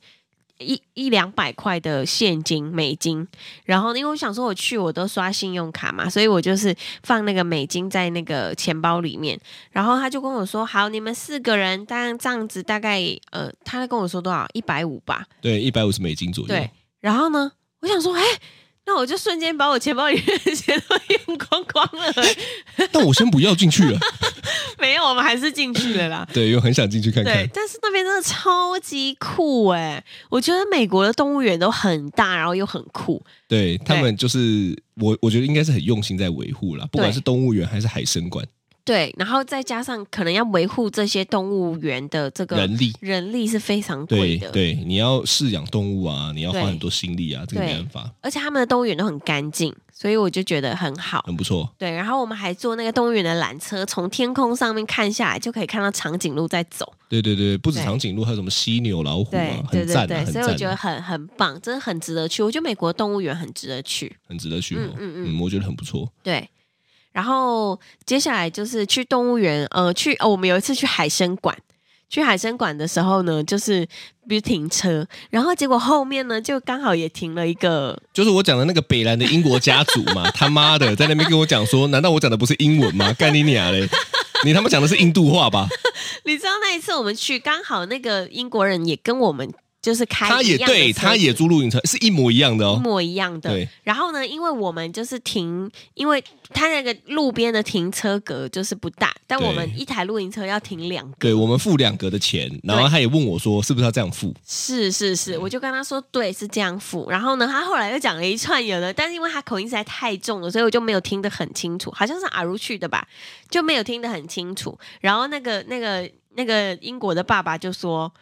Speaker 2: 一一两百块的现金美金，然后呢因为我想说我去我都刷信用卡嘛，所以我就是放那个美金在那个钱包里面，然后他就跟我说，好，你们四个人，当然这样子大概呃，他跟我说多少一百五吧，
Speaker 3: 对，一百五十美金左右。
Speaker 2: 对，然后呢，我想说，哎、那我就瞬间把我钱包里面的钱都用光光了，
Speaker 3: 但我先不要进去了，
Speaker 2: 没有，我们还是进去了啦。
Speaker 3: 对，因为很想进去看
Speaker 2: 对
Speaker 3: 看，。
Speaker 2: 但是那边真的超级酷哎、我觉得美国的动物园都很大，然后又很酷。
Speaker 3: 对他们就是我，我觉得应该是很用心在维护啦，不管
Speaker 2: 对
Speaker 3: 是动物园还是海参馆，
Speaker 2: 对，然后再加上可能要维护这些动物园的这个
Speaker 3: 人力。
Speaker 2: 人力是非常贵
Speaker 3: 对
Speaker 2: 的，
Speaker 3: 对，你要饲养动物啊，你要花
Speaker 2: 对
Speaker 3: 很多心力啊，这个没
Speaker 2: 对
Speaker 3: 办法，
Speaker 2: 而且他们的动物园都很干净，所以我就觉得很好。
Speaker 3: 很不错。
Speaker 2: 对，然后我们还坐那个动物园的缆车，从天空上面看下来，就可以看到长颈鹿在走。
Speaker 3: 对对对，不止
Speaker 2: 对
Speaker 3: 长颈鹿，还有什么犀牛、老虎
Speaker 2: 对
Speaker 3: 啊，
Speaker 2: 对
Speaker 3: 很
Speaker 2: 对
Speaker 3: 赞啊，
Speaker 2: 对，
Speaker 3: 很
Speaker 2: 所以
Speaker 3: 赞
Speaker 2: 我觉得
Speaker 3: 啊，
Speaker 2: 很很棒，真的很值得去。我觉得美国动物园很值得去。
Speaker 3: 很值得去哦。
Speaker 2: 嗯嗯嗯
Speaker 3: 嗯，我觉得很不错。
Speaker 2: 对，然后接下来就是去动物园，呃，去哦，我们有一次去海参馆。去海参馆的时候呢，就是不是停车，然后结果后面呢就刚好也停了一个，
Speaker 3: 就是我讲的那个北兰的英国家族嘛，他妈的在那边跟我讲说，难道我讲的不是英文吗？干你娘嘞！你他妈讲的是印度话吧？
Speaker 2: 你知道那一次我们去，刚好那个英国人也跟我们就是开
Speaker 3: 他也
Speaker 2: 一样的
Speaker 3: 对，
Speaker 2: 车
Speaker 3: 他也
Speaker 2: 子
Speaker 3: 租露营车，是一模一样的
Speaker 2: 一
Speaker 3: 哦。
Speaker 2: 模一样的
Speaker 3: 对。
Speaker 2: 然后呢，因为我们就是停，因为它那个路边的停车格就是不大，但
Speaker 3: 对
Speaker 2: 我们一台露营车要停两个。
Speaker 3: 对我们付两格的钱，然后
Speaker 2: 对
Speaker 3: 他也问我说是不是要这样付？
Speaker 2: 是是是，
Speaker 3: 嗯
Speaker 2: 我就跟他说对，是这样付。然后呢，他后来又讲了一串有的，但是因为他口音实在太重了，所以我就没有听得很清楚，好像是阿如去的吧，就没有听得很清楚。然后那个那个那个英国的爸爸就说。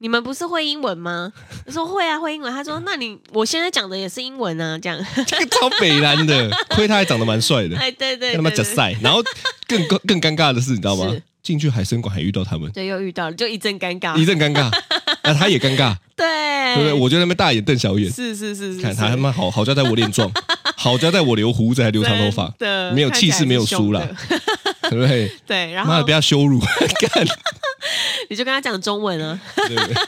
Speaker 2: 你们不是会英文吗？我说会啊，会英文。他说：“那你我现在讲的也是英文啊，这样。
Speaker 3: 这个超北蓝的，亏他还长得蛮帅”的，
Speaker 2: 哎，对对
Speaker 3: 跟他妈
Speaker 2: 对
Speaker 3: 假
Speaker 2: 对，
Speaker 3: 赛。然后更更尴尬的是，你知道吗
Speaker 2: 是？啊
Speaker 3: 进去海参馆还遇到他们，
Speaker 2: 对，又遇到了，就一阵尴尬。
Speaker 3: 一阵尴尬，那他也尴尬，
Speaker 2: 对
Speaker 3: 对不对？我就在那边大眼瞪小眼，
Speaker 2: 哎是是是是，
Speaker 3: 看
Speaker 2: 是
Speaker 3: 他他妈好好交代我脸 壮，好交代我留胡子还留长头发，
Speaker 2: 真的
Speaker 3: 没有
Speaker 2: 看
Speaker 3: 气
Speaker 2: 起来
Speaker 3: 势没
Speaker 2: 是
Speaker 3: 有
Speaker 2: 凶
Speaker 3: 输啦
Speaker 2: 的
Speaker 3: 对不对？
Speaker 2: 对， 然
Speaker 3: 妈
Speaker 2: 后
Speaker 3: 的，不要羞辱， 干，
Speaker 2: 你就跟他讲中文啊，
Speaker 3: 对 不对？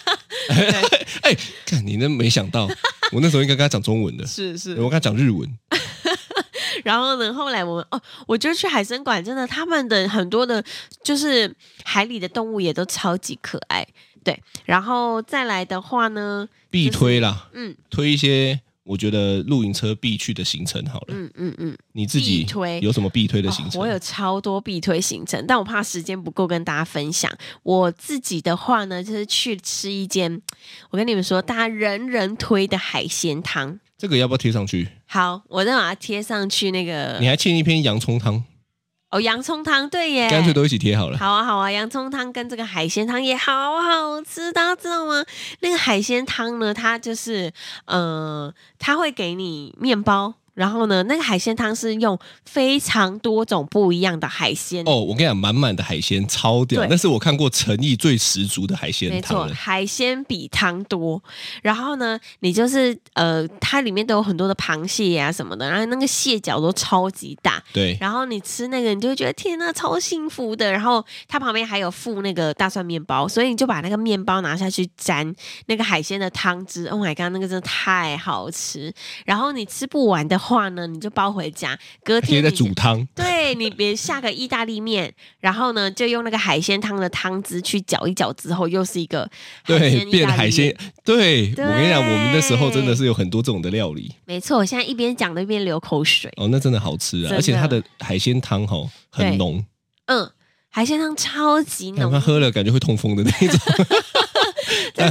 Speaker 3: 哎，看你那没想到，我那时候应该跟他讲中文的，
Speaker 2: 是是
Speaker 3: 我。跟他讲日文，
Speaker 2: 然后呢，后来我们哦，我觉得去海参馆真的，他们的很多的，就是海里的动物也都超级可爱。对，然后再来的话呢，
Speaker 3: 必推啦，
Speaker 2: 嗯
Speaker 3: 推一些我觉得露营车必去的行程好了。
Speaker 2: 嗯嗯嗯，
Speaker 3: 你自己
Speaker 2: 必推
Speaker 3: 有什么必推的
Speaker 2: 哦
Speaker 3: 行程？
Speaker 2: 我有超多必推行程，但我怕时间不够跟大家分享。我自己的话呢，就是去吃一间，我跟你们说，大家人人推的海鲜汤。
Speaker 3: 这个要不要贴上去？
Speaker 2: 好，我再把它贴上去那个
Speaker 3: 你还欠一篇洋葱汤，
Speaker 2: 哦，洋葱汤，对耶，
Speaker 3: 干脆都一起贴好
Speaker 2: 哎
Speaker 3: 了。
Speaker 2: 好啊，好啊，洋葱汤跟这个海鲜汤也好好吃，大家知道吗？那个海鲜汤呢，它就是呃，它会给你面包，然后呢，那个海鲜汤是用非常多种不一样的海鲜。
Speaker 3: 哦，我跟你讲，满满的海鲜超屌，
Speaker 2: 对
Speaker 3: 那是我看过诚意最十足的海
Speaker 2: 没
Speaker 3: 鲜
Speaker 2: 错
Speaker 3: 汤，了。
Speaker 2: 海鲜比汤多。然后呢，你就是呃，它里面都有很多的螃蟹呀、什么的，然后那个蟹脚都超级大，
Speaker 3: 对，
Speaker 2: 然后你吃那个，你就会觉得天呐，超幸福的。然后它旁边还有附那个大蒜面包，所以你就把那个面包拿下去沾那个海鲜的汤汁。Oh my god，那个真的太好吃。然后你吃不完的话呢，你就包回家，隔
Speaker 3: 贴
Speaker 2: 天
Speaker 3: 在
Speaker 2: 你就
Speaker 3: 煮汤，
Speaker 2: 对你别下个意大利面，然后呢就用那个海鲜汤的汤汁去搅一搅，之后又是一个海
Speaker 3: 对，
Speaker 2: 鲜意
Speaker 3: 变
Speaker 2: 大利
Speaker 3: 海鲜
Speaker 2: 面。。
Speaker 3: 对
Speaker 2: 对
Speaker 3: 我跟你讲，我们那时候真的是有很多这种的料理
Speaker 2: 没错，我现在一边讲的一边流口水。
Speaker 3: 哦，那真的好吃
Speaker 2: 真
Speaker 3: 啊，
Speaker 2: 的
Speaker 3: 而且它的海鲜汤吼很
Speaker 2: 对
Speaker 3: 浓，
Speaker 2: 嗯，海鲜汤超 级
Speaker 3: 看
Speaker 2: 浓
Speaker 3: 它喝了感觉会痛风的 那种，但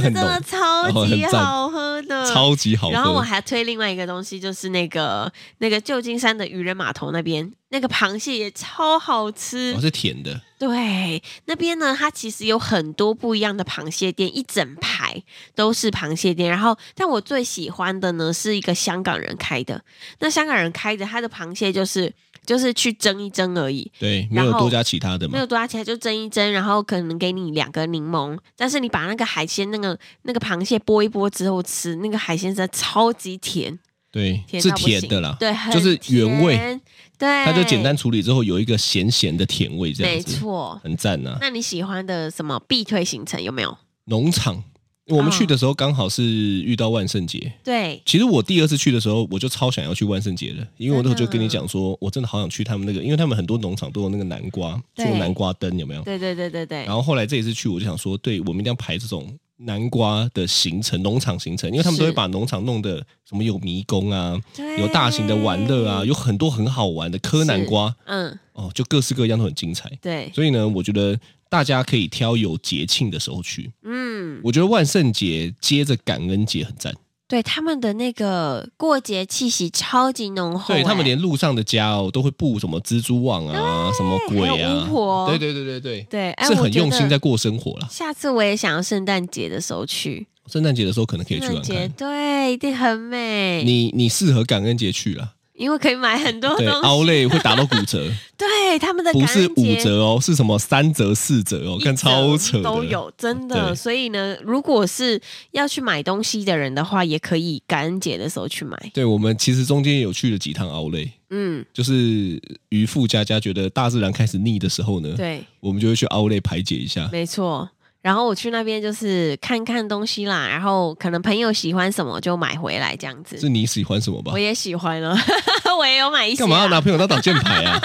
Speaker 2: 但是
Speaker 3: 很
Speaker 2: 真
Speaker 3: 浓，
Speaker 2: 的超
Speaker 3: 后
Speaker 2: 级
Speaker 3: 很赞
Speaker 2: 好喝的，
Speaker 3: 超级好
Speaker 2: 然后我
Speaker 3: 喝。
Speaker 2: 还推另外一个东西，就是那个那个旧金山的渔人码头那边，那个螃蟹也超好吃。
Speaker 3: 哦，是甜的，
Speaker 2: 对，那边呢，它其实有很多不一样的螃蟹店，一整排都是螃蟹店。然后，但我最喜欢的呢是一个香港人开的，那香港人开的，他的螃蟹就是就是去蒸一蒸而已，
Speaker 3: 对，没有
Speaker 2: 然后
Speaker 3: 多加其他的
Speaker 2: 没
Speaker 3: 嘛
Speaker 2: 有。多加起来就蒸一蒸，然后可能给你两个柠檬，但是你把那个海鲜那个那个螃蟹剥一剥之后吃，那个海鲜真的超级甜，
Speaker 3: 对，
Speaker 2: 甜
Speaker 3: 是
Speaker 2: 到不
Speaker 3: 甜
Speaker 2: 行
Speaker 3: 的啦，
Speaker 2: 对，很
Speaker 3: 就是原味
Speaker 2: 甜，对，
Speaker 3: 它就简单，处理之后有一个咸咸的甜味，这
Speaker 2: 没
Speaker 3: 样子
Speaker 2: 错。
Speaker 3: 很赞呐、
Speaker 2: 那你喜欢的什么必推行程有没有？
Speaker 3: 农场，我们去的时候刚好是遇到万圣节。
Speaker 2: 对，
Speaker 3: 其实我第二次去的时候，我就超想要去万圣节的，因为我那时候就跟你讲说，我真的好想去他们那个，因为他们很多农场都有那个南瓜做
Speaker 2: 对
Speaker 3: 南瓜灯，有没有？
Speaker 2: 对对对对对
Speaker 3: 然，后后来这一次去，我就想说，对我们一定要排这种南瓜的行程，农场行程，因为他们
Speaker 2: 是
Speaker 3: 都会把农场弄得什么有迷宫啊，
Speaker 2: 对
Speaker 3: 有大型的玩乐
Speaker 2: 哎
Speaker 3: 啊，有很多很好玩的磕南瓜
Speaker 2: 嗯，
Speaker 3: 哦，就各式各样都很精彩。
Speaker 2: 对，
Speaker 3: 所以呢，我觉得大家可以挑有节庆的时候去。
Speaker 2: 嗯，
Speaker 3: 我觉得万圣节接着感恩节很赞，
Speaker 2: 对，他们的那个过节气息超级浓厚、
Speaker 3: 对他们
Speaker 2: 哎
Speaker 3: 连路上的家哦都会布什么蜘蛛网啊，什么鬼
Speaker 2: 还有
Speaker 3: 啊
Speaker 2: 巫婆，
Speaker 3: 对对对对对，
Speaker 2: 对，哎，
Speaker 3: 是
Speaker 2: 我
Speaker 3: 很
Speaker 2: 觉
Speaker 3: 用心
Speaker 2: 得
Speaker 3: 在。过生活啦。
Speaker 2: 下次我也想要圣诞节的时候去，
Speaker 3: 圣诞节的时候可能可以
Speaker 2: 圣
Speaker 3: 去
Speaker 2: 诞
Speaker 3: 玩
Speaker 2: 节
Speaker 3: 看，
Speaker 2: 对，一定很美，
Speaker 3: 你你适合感恩节去 啦，
Speaker 2: 因为可以买很多
Speaker 3: 对，
Speaker 2: 东
Speaker 3: 凹
Speaker 2: 西。
Speaker 3: 类会打到骨 折，
Speaker 2: 对，他们的
Speaker 3: 不
Speaker 2: 感
Speaker 3: 是
Speaker 2: 恩
Speaker 3: 五
Speaker 2: 节
Speaker 3: 折哦，是什么三折四折哦，
Speaker 2: 一
Speaker 3: 跟超
Speaker 2: 整
Speaker 3: 扯的
Speaker 2: 都。有，真的。
Speaker 3: 对
Speaker 2: 所以呢，如果是要去买东西的人的话，也可以感恩节的时候去买。
Speaker 3: 对我们其实中间有去了几趟凹类，
Speaker 2: 嗯，
Speaker 3: 就是渔夫佳佳觉得大自然开始腻的时候呢，
Speaker 2: 对，
Speaker 3: 我们就会去凹类排解一下。
Speaker 2: 没错。然后我去那边就是看看东西啦，然后可能朋友喜欢什么就买回来这样
Speaker 3: 是
Speaker 2: 子。
Speaker 3: 你喜欢什么吧
Speaker 2: 我？也喜欢了， 我也有买一些
Speaker 3: 干嘛要
Speaker 2: 啦。
Speaker 3: 拿朋友当挡箭牌 啊？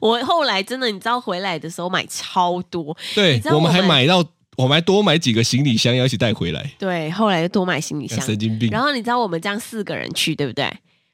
Speaker 2: 我后来真的，你知道回来的时候买超多，你
Speaker 3: 对
Speaker 2: 知道
Speaker 3: 我
Speaker 2: 我
Speaker 3: 们
Speaker 2: 们
Speaker 3: 还买到我们还多买几个行李箱要一起带回来，
Speaker 2: 对，后来就多买行李箱。
Speaker 3: 神经病。
Speaker 2: 然后你知道我们这样四个人去，对不对？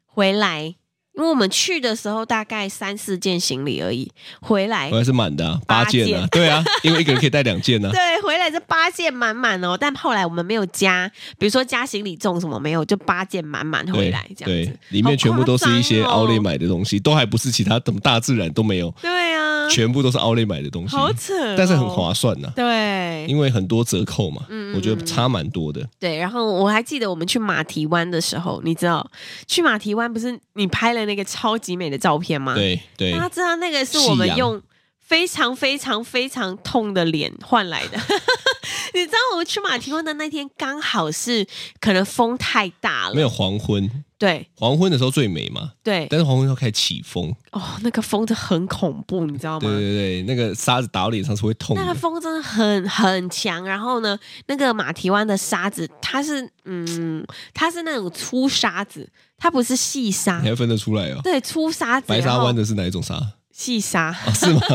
Speaker 2: 回来，因为我们去的时候大概三四件行李而已，回来
Speaker 3: 我还是满的、啊，
Speaker 2: 八
Speaker 3: 八件啊，对啊，因为一个人可以带两件 呢、啊。
Speaker 2: 对，回来这八件满满哦，但后来我们没有加，比如说加行李重什么没有，就八件满满回
Speaker 3: 对
Speaker 2: 来这样
Speaker 3: 对
Speaker 2: 子。，
Speaker 3: 里面全部都是一些
Speaker 2: 好夸张
Speaker 3: 奥
Speaker 2: 哦
Speaker 3: 利买的东西，都还不是其他什么大自然都没有，
Speaker 2: 对啊，
Speaker 3: 全部都是奥利买的东西，
Speaker 2: 好扯、哦，
Speaker 3: 但是很划算呐、
Speaker 2: 对
Speaker 3: 因为很多折扣嘛，
Speaker 2: 嗯嗯
Speaker 3: 我觉得差蛮多的。
Speaker 2: 对，然后我还记得我们去马蹄湾的时候，你知道去马蹄湾不是你拍了那个超级美的照片吗？，
Speaker 3: 对对
Speaker 2: 大，家知道那个是我
Speaker 3: 夕
Speaker 2: 们
Speaker 3: 阳
Speaker 2: 用非常非常非常痛的脸换来的。 你知道我们去马蹄湾的那天刚好是可能风太大了，
Speaker 3: 没有黄昏，
Speaker 2: 对
Speaker 3: 黄昏的时候最美嘛，
Speaker 2: 对
Speaker 3: 但是黄昏要开始起风，
Speaker 2: 哦，那个风真的很恐怖，你知道
Speaker 3: 对
Speaker 2: 吗？
Speaker 3: 对对，那个沙子打到脸上是会痛
Speaker 2: 那个
Speaker 3: 的。
Speaker 2: 风真的很很强，然后呢，那个马蹄湾的沙子，它是嗯，它是那种粗沙子，它不是细沙
Speaker 3: 你，还分得出来哦？
Speaker 2: 啊对，啊粗沙子，
Speaker 3: 白沙
Speaker 2: 然后
Speaker 3: 湾的是哪一种沙？啊，
Speaker 2: 细沙，
Speaker 3: 是吗？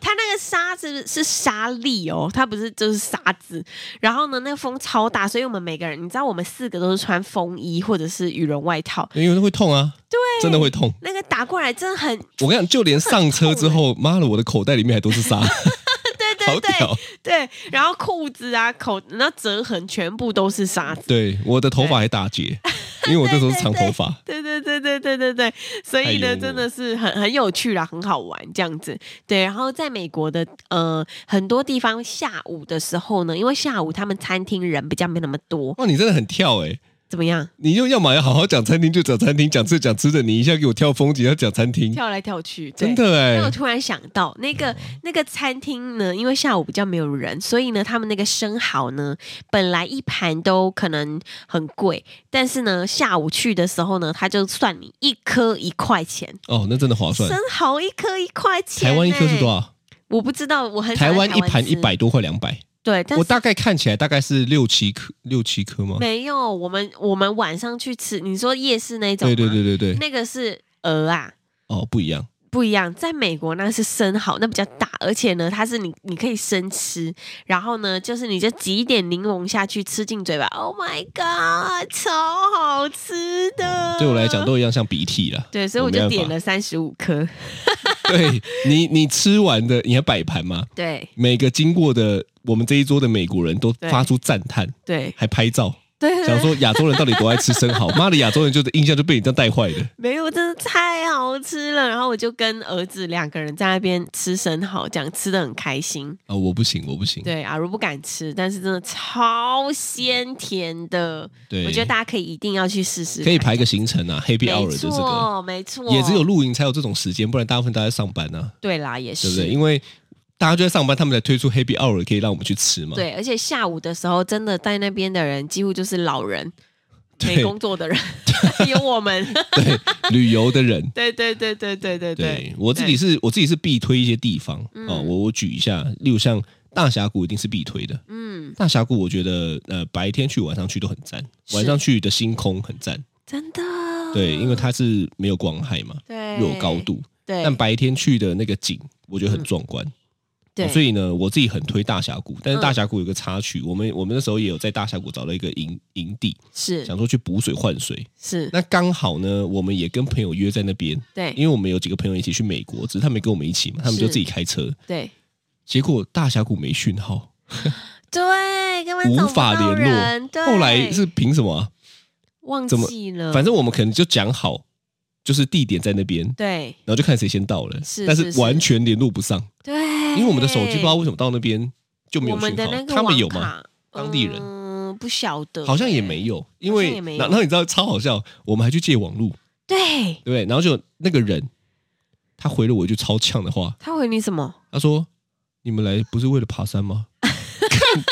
Speaker 2: 它那个沙子是沙粒哦，它不是就是沙子。然后呢，那个风超大，所以我们每个人，你知道，我们四个都是穿风衣或者是羽绒外套，
Speaker 3: 因为那会痛啊，
Speaker 2: 对，
Speaker 3: 真的会痛。
Speaker 2: 那个打过来真的很，
Speaker 3: 我跟你讲，就连上车之后，妈的，我的口袋里面还都是沙，
Speaker 2: 对啊 对
Speaker 3: 好
Speaker 2: 对
Speaker 3: 屌。
Speaker 2: 对，然后裤子啊、口那折痕全部都是沙子。
Speaker 3: 对，我的头发还打结， 因为我那时候是长头发。
Speaker 2: 对对对对对对对，所以
Speaker 3: 太幽
Speaker 2: 呢，
Speaker 3: 默
Speaker 2: 真的是很很有趣啦，很好玩这样子。对，然后在美国的呃很多地方下午的时候呢，因为下午他们餐厅人比较没那么多，
Speaker 3: 哇，你真的很跳哎、
Speaker 2: 怎么样？
Speaker 3: 你就要么要好好讲餐厅，就讲餐厅；讲吃讲吃的，你一下给我跳风景，要讲餐厅，
Speaker 2: 跳来跳去，对
Speaker 3: 真。的哎、嗯
Speaker 2: 那我突然想到，那个那个餐厅呢，因为下午比较没有人，所以呢，他们那个生蚝呢，本来一盘都可能很贵，但是呢，下午去的时候呢，他就算你一颗一块钱，
Speaker 3: 哦，那真的划算
Speaker 2: 生。欸蚝一颗一块钱、
Speaker 3: 台湾一颗是多
Speaker 2: 少？
Speaker 3: 少？
Speaker 2: 我不知道，我很少
Speaker 3: 台
Speaker 2: 在
Speaker 3: 湾一盘
Speaker 2: 吃
Speaker 3: 一，百多块，两百。
Speaker 2: 对，但
Speaker 3: 我
Speaker 2: 是
Speaker 3: 大概看起来大概是六七颗，六七颗吗？
Speaker 2: 没有。我们我们晚上去吃，你说夜市那种吗，
Speaker 3: 对对对对对，
Speaker 2: 那个是鹅啊。
Speaker 3: 哦，不一样。
Speaker 2: 不一样，在美国那是生蚝，那比较大，而且呢，它是你你可以生吃，然后呢，就是你就挤一点柠檬下去，吃进嘴巴，Oh my god，超好吃的。
Speaker 3: 对我来讲，都一样，像鼻涕啦。
Speaker 2: 对，所以我
Speaker 3: 没
Speaker 2: 就
Speaker 3: 办法
Speaker 2: 点了。三十五颗，
Speaker 3: 对你，你吃完的，你还摆盘吗？
Speaker 2: 对
Speaker 3: 每个经过的我们这一桌的美国人都
Speaker 2: 对
Speaker 3: 发出赞叹，
Speaker 2: 对
Speaker 3: 还拍照，
Speaker 2: 对，
Speaker 3: 想说亚洲人到底多爱吃生 蚝？妈的，亚洲人就是印象就被你这样带坏的。
Speaker 2: 没有，真的太好吃了。然后我就跟儿子两个人在那边吃生蚝，这样吃的很开心。
Speaker 3: 啊，我不行，我不行。
Speaker 2: 对，阿如不敢吃，但是真的超鲜甜的，
Speaker 3: 对，
Speaker 2: 我觉得大家可以一定要去试试看，
Speaker 3: 可以排个行程啊，Happy Hour
Speaker 2: 没
Speaker 3: 的这个，
Speaker 2: 错，没错，
Speaker 3: 也只有露营才有这种时间，不然大部分大家在上班啊，
Speaker 2: 对啦，也是
Speaker 3: 对不对？因为大家就在上班，他们才推出 Happy Hour 可以让我们去吃嘛。
Speaker 2: 对而且下午的时候，真的在那边的人几乎就是老人。
Speaker 3: 对
Speaker 2: 没工作的人， 有我 们，
Speaker 3: 对， 旅游的人。
Speaker 2: 对对对对对对嗯
Speaker 3: 对我自己是我自己是必推一些地方啊、哦我我举一下，例如像大峡谷一定是必推的。
Speaker 2: 嗯，
Speaker 3: 大峡谷我觉得呃白天去晚上去都很赞，
Speaker 2: 是
Speaker 3: 晚上去的星空很赞，
Speaker 2: 真的，
Speaker 3: 对，因为它是没有光害嘛，
Speaker 2: 对
Speaker 3: 又有高，度，
Speaker 2: 对，嗯
Speaker 3: 但白天去的那个景我觉得很壮观，哦
Speaker 2: 对，
Speaker 3: 所
Speaker 2: 以
Speaker 3: 以呢我自己很推大峡谷，但是
Speaker 2: 嗯
Speaker 3: 大峡谷有个插曲，我们我们那时候也有在大峡谷找了一个营营地，
Speaker 2: 是
Speaker 3: 想说去补水换水，
Speaker 2: 是，
Speaker 3: 那刚好呢我们也跟朋友约在那边，
Speaker 2: 对
Speaker 3: 因为我们有几个朋友一起去美国，只是他没跟我们一起嘛，他们就是自己开车。
Speaker 2: 对
Speaker 3: 结果大峡谷没讯号，
Speaker 2: 对，根本
Speaker 3: 无
Speaker 2: 找不
Speaker 3: 法
Speaker 2: 到
Speaker 3: 联
Speaker 2: 人
Speaker 3: 络。
Speaker 2: 对嗯
Speaker 3: 后来是凭什么啊、
Speaker 2: 忘
Speaker 3: 怎么
Speaker 2: 记了，
Speaker 3: 反正我们可能就讲好，就是地点在那边，然
Speaker 2: 对
Speaker 3: 后就看谁先到了。
Speaker 2: 是
Speaker 3: 但
Speaker 2: 是
Speaker 3: 是
Speaker 2: 是
Speaker 3: 完全联络不上，
Speaker 2: 对，
Speaker 3: 因为我们的手机不知道为什么到那边就没
Speaker 2: 我
Speaker 3: 有
Speaker 2: 们
Speaker 3: 讯
Speaker 2: 的
Speaker 3: 号
Speaker 2: 那。个
Speaker 3: 他们
Speaker 2: 网
Speaker 3: 有吗？
Speaker 2: 卡
Speaker 3: 当地人
Speaker 2: 嗯，不晓得，欸
Speaker 3: 好像也没有，因为
Speaker 2: 好像也没有
Speaker 3: 然然后你知道超好笑，我们还去借网路，
Speaker 2: 对
Speaker 3: 对，不对？然后就那个人他回了我一句超呛的话，
Speaker 2: 他回你什么？
Speaker 3: 他说：“你们来不是为了爬山吗？” 看，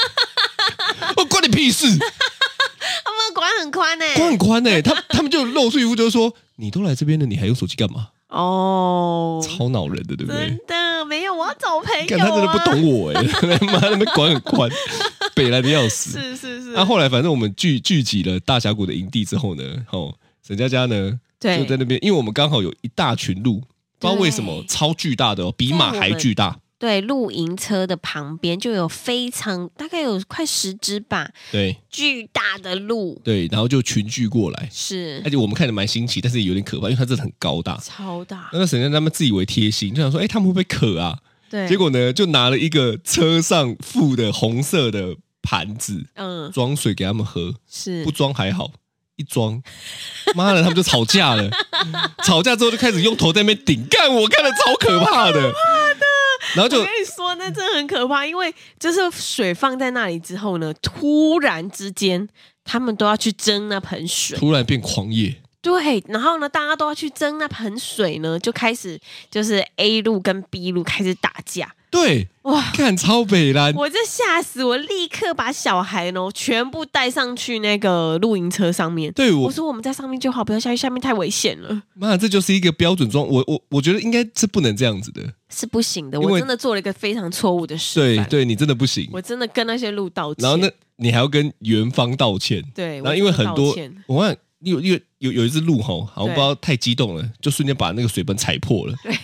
Speaker 3: 我关你屁事，
Speaker 2: 他们管很宽呢、欸
Speaker 3: 关很宽呢、欸他他们就露出一副就是说：“你都来这边了，你还用手机干嘛？
Speaker 2: 哦，
Speaker 3: 超恼人的，对不对
Speaker 2: 真的没有，我要找朋友、啊。
Speaker 3: 你看他真的不，懂我哎、 妈那边管很宽，北来的要死。
Speaker 2: 是是是，
Speaker 3: 那、后来反正我们聚聚集了大峡谷的营地之后呢，哦，沈佳佳呢
Speaker 2: 对
Speaker 3: 就在那边，因为我们刚好有一大群鹿，不知道为什么
Speaker 2: 对
Speaker 3: 超巨大的、哦，比马还巨大，
Speaker 2: 对露营车的旁边就有非常大概有快十只吧，
Speaker 3: 对
Speaker 2: 巨大的鹿，
Speaker 3: 对，然后就群聚过来，
Speaker 2: 是
Speaker 3: 而且我们看着蛮新奇，但是也有点可怕，因为它真的很高大。
Speaker 2: 超大，
Speaker 3: 那段时间他们自以为贴心，就想说，哎、他们会不会渴啊？
Speaker 2: 对，
Speaker 3: 结果呢，就拿了一个车上附的红色的盘子
Speaker 2: 嗯
Speaker 3: 装水给他们喝，
Speaker 2: 是
Speaker 3: 不装还好，一装，妈的，他们就吵架了。吵架之后就开始用头在那边顶，干我看了超可怕的，然后
Speaker 2: 我
Speaker 3: 就
Speaker 2: 跟你说，那真的很可怕，因为就是水放在那里之后呢，突然之间他们都要去争那盆水，
Speaker 3: 突然变狂野，
Speaker 2: 对，然后呢，大家都要去争那盆水呢，就开始就是 A 路跟 B 路开始打架，
Speaker 3: 对，
Speaker 2: 哇！
Speaker 3: 看超北蓝，
Speaker 2: 我这吓死我，立刻把小孩呢全部带上去那个露营车上面。
Speaker 3: 对
Speaker 2: 我
Speaker 3: 我
Speaker 2: 说我们在上面就好，不要下去，下面太危险了，
Speaker 3: 妈，这就是一个标准装，我我我觉得应该是不能这样子的，
Speaker 2: 是不行的。
Speaker 3: 因为
Speaker 2: 我真的做了一个非常错误的示
Speaker 3: 对
Speaker 2: 范，
Speaker 3: 对，你真的不行。
Speaker 2: 我真的跟那些路道歉。
Speaker 3: 然后呢，你还要跟园方道歉，
Speaker 2: 对，
Speaker 3: 然
Speaker 2: 我
Speaker 3: 后因为
Speaker 2: 真
Speaker 3: 很
Speaker 2: 的道
Speaker 3: 多
Speaker 2: 歉，
Speaker 3: 我看有有有有一只鹿吼，好像
Speaker 2: 对
Speaker 3: 不知道太激动了，就瞬间把那个水盆踩破了，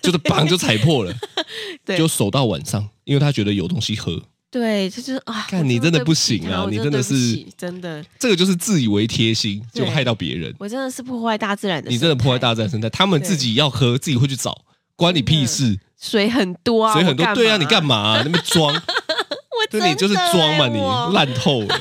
Speaker 3: 就是砰就踩破了，
Speaker 2: 对
Speaker 3: 就守到晚上，因为他觉得有东西喝，
Speaker 2: 对，就是啊，
Speaker 3: 干
Speaker 2: 我
Speaker 3: 你真的
Speaker 2: 对
Speaker 3: 不
Speaker 2: 起
Speaker 3: 行
Speaker 2: 他
Speaker 3: 啊
Speaker 2: 我
Speaker 3: 你
Speaker 2: 真
Speaker 3: 真
Speaker 2: 对
Speaker 3: 的
Speaker 2: 不
Speaker 3: 是
Speaker 2: 起真的，
Speaker 3: 这个就是自以为贴心，
Speaker 2: 对
Speaker 3: 就害到别人，
Speaker 2: 我真的是破坏大自然的生态。
Speaker 3: 你真的破坏大自然生态，他们
Speaker 2: 对
Speaker 3: 自己要喝，自己会去找，关你屁事，
Speaker 2: 水很多啊，
Speaker 3: 所以很多
Speaker 2: 我
Speaker 3: 对啊，你干
Speaker 2: 嘛？
Speaker 3: 嘛啊那么 装？
Speaker 2: 我
Speaker 3: 就
Speaker 2: 真
Speaker 3: 你就是装嘛，
Speaker 2: 欸
Speaker 3: 你
Speaker 2: 我
Speaker 3: 烂透了，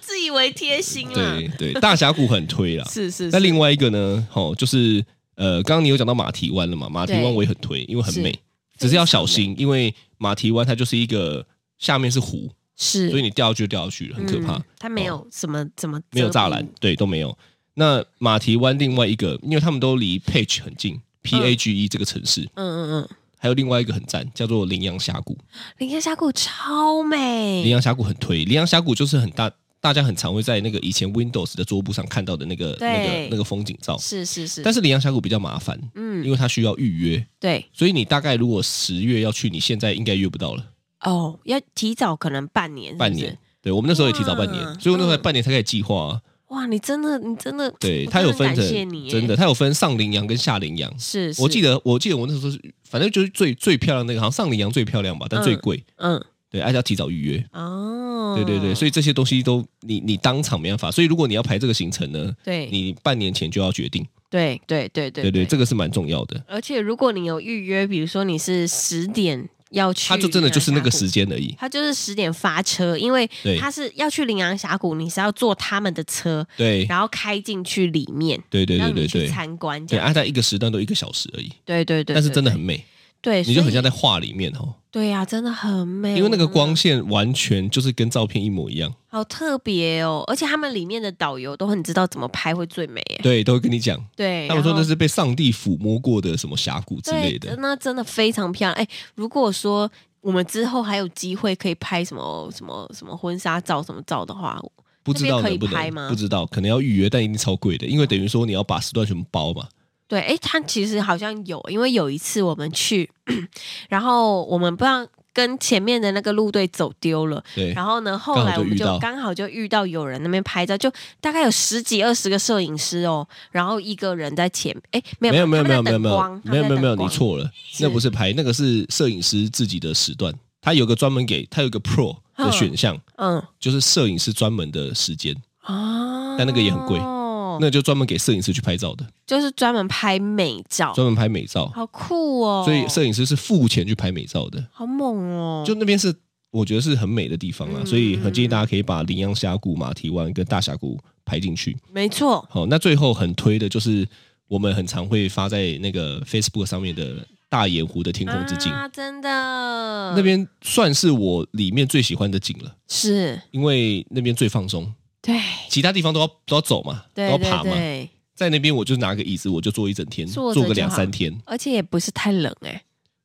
Speaker 2: 自以为贴心了。
Speaker 3: 对对，大峡谷很推 啦，
Speaker 2: 是是是，
Speaker 3: 那另外一个呢，哦，就是呃，刚刚你有讲到马蹄湾了嘛？马蹄湾
Speaker 2: 对
Speaker 3: 我也很推，因为很
Speaker 2: 是
Speaker 3: 美，只是要小
Speaker 2: 非
Speaker 3: 心，因为马蹄湾它就是一个下面是湖，
Speaker 2: 是，
Speaker 3: 所以你掉下去就掉下去了，很可怕，哦
Speaker 2: 嗯它没有什么怎么
Speaker 3: 没有
Speaker 2: 遮
Speaker 3: 栅
Speaker 2: 蔽
Speaker 3: 栏，对，都没有。那马蹄湾另外一个，因为他们都离 Page 很近，P A G E 这个城市，
Speaker 2: 嗯嗯嗯，
Speaker 3: 还有另外一个很赞，叫做羚羊峡谷。
Speaker 2: 林肯峡谷超美，
Speaker 3: 羚羊峡谷很推，羚羊峡谷就是很大，大家很常会在那个以前 Windows 的桌布上看到的那个那
Speaker 2: 对
Speaker 3: 个那个风景照。
Speaker 2: 是是是，
Speaker 3: 但
Speaker 2: 是
Speaker 3: 是羚羊峡谷比较麻烦，因
Speaker 2: 嗯，
Speaker 3: 为它需要预约。
Speaker 2: 对
Speaker 3: 所以你大概如果十月要去，你现在应该约不到了，
Speaker 2: 哦，要提早可能半年，是不
Speaker 3: 半
Speaker 2: 是
Speaker 3: 年。对我们那时候也提早半年
Speaker 2: 哇，
Speaker 3: 所以我那时候才
Speaker 2: 嗯
Speaker 3: 半年才开始计划、啊。
Speaker 2: 哇，你真的你真的，
Speaker 3: 对，
Speaker 2: 我
Speaker 3: 它
Speaker 2: 真
Speaker 3: 有
Speaker 2: 的
Speaker 3: 分
Speaker 2: 感谢
Speaker 3: 成
Speaker 2: 你，
Speaker 3: 真的，，它有分上羚羊跟下羚羊。
Speaker 2: 是，
Speaker 3: 我记
Speaker 2: 得，
Speaker 3: 得，我记得我那时候是，反正就是最最漂亮那个，好像上羚羊最漂亮吧，但最贵。
Speaker 2: 嗯，
Speaker 3: 对，而且要提早预约。
Speaker 2: 哦，
Speaker 3: 对对对，所以这些东西都你你当场没办法。所以如果你要排这个行程呢，
Speaker 2: 对
Speaker 3: 你半年前就要决定。
Speaker 2: 对对对对
Speaker 3: 对对，这个是蛮重要的。
Speaker 2: 而且如果你有预约，比如说你是十点要去，
Speaker 3: 它就真的就是那个时。间而已。
Speaker 2: 他就是十点发车，因为
Speaker 3: 对
Speaker 2: 他是要去羚羊峡谷，你是要坐他们的车，
Speaker 3: 对
Speaker 2: 然后开进去里面，
Speaker 3: 对对对
Speaker 2: 让你
Speaker 3: 对
Speaker 2: 去
Speaker 3: 对。
Speaker 2: 参观这
Speaker 3: 对，
Speaker 2: 样。
Speaker 3: 啊，它一个时段都一个小时而已，
Speaker 2: 对对对，
Speaker 3: 但是
Speaker 2: 对
Speaker 3: 真的
Speaker 2: 对
Speaker 3: 很美。
Speaker 2: 对，
Speaker 3: 你就
Speaker 2: 欸所
Speaker 3: 很
Speaker 2: 以嗯
Speaker 3: 像在画里面哦，
Speaker 2: 对呀、真的很美，
Speaker 3: 因为那个
Speaker 2: 我真的
Speaker 3: 光线完全就是跟照片一模一样，
Speaker 2: 好特别哦，而且他们里面的导游都很知道怎么拍会最美耶。
Speaker 3: 对，都会跟你讲，
Speaker 2: 嗯对，
Speaker 3: 他们说
Speaker 2: 然后
Speaker 3: 那是被上帝抚摸过的什么峡谷之类
Speaker 2: 对
Speaker 3: 的，
Speaker 2: 那真的非常漂亮。哎，如果说我们之后还有机会可以拍什么什么什么婚纱照什么照的话，
Speaker 3: 不知道
Speaker 2: 那边可以
Speaker 3: 能不
Speaker 2: 拍吗
Speaker 3: 能，不知道，可能要预约，但一定超贵的，因为等于说你要把时段全部包嘛，
Speaker 2: 对，哎，他其实好像有，因为有一次我们去， 然后我们不知道跟前面的那个路队走丢了，
Speaker 3: 对
Speaker 2: 嗯然后呢，后
Speaker 3: 刚好
Speaker 2: 来
Speaker 3: 就
Speaker 2: 我们
Speaker 3: 遇
Speaker 2: 就
Speaker 3: 到
Speaker 2: 刚好就遇到有人那边拍照，就大概有十几二十个摄影师哦，然后一个人在前，哎，没有
Speaker 3: 没有没有
Speaker 2: 他
Speaker 3: 没有
Speaker 2: 们在
Speaker 3: 没有
Speaker 2: 等
Speaker 3: 没有
Speaker 2: 光
Speaker 3: 没有没有没有，你，错了，
Speaker 2: 是
Speaker 3: 那不是拍，那个是摄影师自己的时段，他有个专门给他有个 Pro 的选项，
Speaker 2: 他们在等光
Speaker 3: 就是摄影师专门的时间，
Speaker 2: 嗯啊，
Speaker 3: 但那个也很贵
Speaker 2: 哦，
Speaker 3: 那就专门给摄影师去拍照的，
Speaker 2: 就是专门拍美照，
Speaker 3: 专门拍美照，
Speaker 2: 好酷哦，
Speaker 3: 所以摄影师是付钱去拍美照的。
Speaker 2: 好猛哦，
Speaker 3: 就那边是我觉得是很美的地方啦，
Speaker 2: 嗯
Speaker 3: 所以很建议大家可以把羚羊峡谷、马蹄湾跟大峡谷排进去。
Speaker 2: 没错，
Speaker 3: 好，那最后很推的就是我们很常会发在那个 Facebook 上面的大盐湖的天空之镜，
Speaker 2: 啊，真的
Speaker 3: 那边算是我里面最喜欢的景了，
Speaker 2: 是
Speaker 3: 因为那边最放松，
Speaker 2: 对
Speaker 3: 其他地方都要都要走嘛，
Speaker 2: 对
Speaker 3: 都要
Speaker 2: 对
Speaker 3: 爬嘛，
Speaker 2: 对。
Speaker 3: 在那边我就拿个椅子，我就坐一整天，
Speaker 2: 坐
Speaker 3: 坐
Speaker 2: 着
Speaker 3: 个
Speaker 2: 就
Speaker 3: 两
Speaker 2: 好
Speaker 3: 三天，
Speaker 2: 而且也不是太冷哎、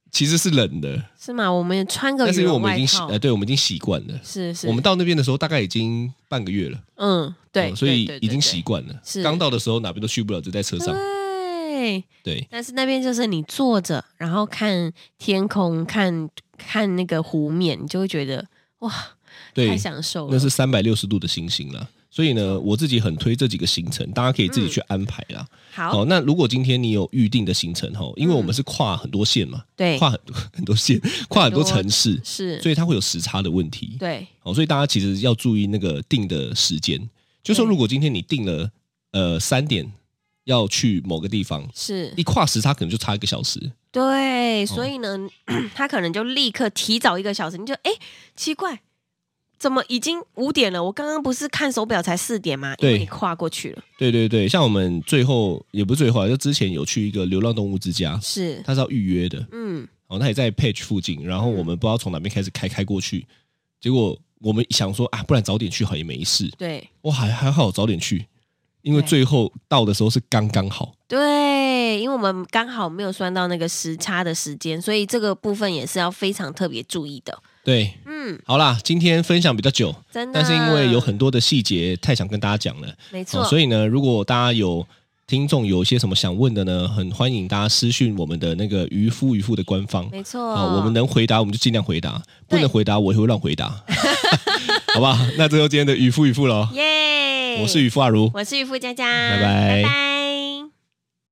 Speaker 3: 其实是冷的，
Speaker 2: 是吗？我们也穿个
Speaker 3: 但是
Speaker 2: 羽
Speaker 3: 因为我
Speaker 2: 绒
Speaker 3: 们已
Speaker 2: 外
Speaker 3: 经习
Speaker 2: 套，
Speaker 3: 呃，对我们已经习惯了。
Speaker 2: 是是，
Speaker 3: 我们到那边的时候大概已经半个月了。
Speaker 2: 嗯对，
Speaker 3: 嗯所以
Speaker 2: 对对
Speaker 3: 已经
Speaker 2: 对
Speaker 3: 习惯了。
Speaker 2: 是嗯
Speaker 3: 刚到的时候哪边都去不了，就在车上。
Speaker 2: 对，
Speaker 3: 对
Speaker 2: 但是那边就是你坐着，然后看天空，看看那个湖面，你就会觉得哇，太
Speaker 3: 对，
Speaker 2: 享受了。
Speaker 3: 那是三百六十度的星星啦。所以呢，我自己很推这几个行程，大家可以自己去安排啦。
Speaker 2: 嗯好嗯
Speaker 3: 好，，那如果今天你有预定的行程哈，因为我们是跨很多县嘛，
Speaker 2: 对，
Speaker 3: 跨很多很多县，跨很多城市，
Speaker 2: 是，
Speaker 3: 所以它会有时差的问题。
Speaker 2: 对，
Speaker 3: 哦，所以大家其实要注意那个定的时间，就说
Speaker 2: 对
Speaker 3: 如果今天你定了呃三点要去某个地方，
Speaker 2: 是
Speaker 3: 一，跨时差可能就差一个小时。
Speaker 2: 对，所以呢，他可能就立刻提早一个小时，你就哎，奇怪，怎么已经五点了？我刚刚不是看手表才四点吗？因为
Speaker 3: 对
Speaker 2: 你跨过去了，
Speaker 3: 对对对，像我们最后也不是最后啊，就之前有去一个流浪动物之家，
Speaker 2: 是，
Speaker 3: 它是要预约的，
Speaker 2: 嗯，
Speaker 3: 哦，那也在 Page 附近，然后我们不知道从哪边开始开开过去，结果我们想说啊，不然早点去好像也没事，
Speaker 2: 对，
Speaker 3: 哇，还还好早点去，因为
Speaker 2: 对
Speaker 3: 最后到的时候是刚刚好，
Speaker 2: 对，因为我们刚好没有算到那个时差的时间，所以这个部分也是要非常特别注意的。
Speaker 3: 对，
Speaker 2: 嗯，
Speaker 3: 好啦，今天分享比较久，
Speaker 2: 真的。
Speaker 3: 但是因为有很多的细节太想跟大家讲了，
Speaker 2: 没错，
Speaker 3: 哦、所以呢，如果大家有听众有一些什么想问的呢，很欢迎大家私讯我们的那个渔夫渔夫的官方。
Speaker 2: 没错、
Speaker 3: 哦，我们能回答我们就尽量回答，不能回答我也会乱回答， 好吧？那这就是今天的渔夫渔夫喽，
Speaker 2: 耶
Speaker 3: 我是渔夫阿如，
Speaker 2: 我是渔夫佳佳，
Speaker 3: 拜
Speaker 2: 拜
Speaker 3: 拜
Speaker 2: 拜。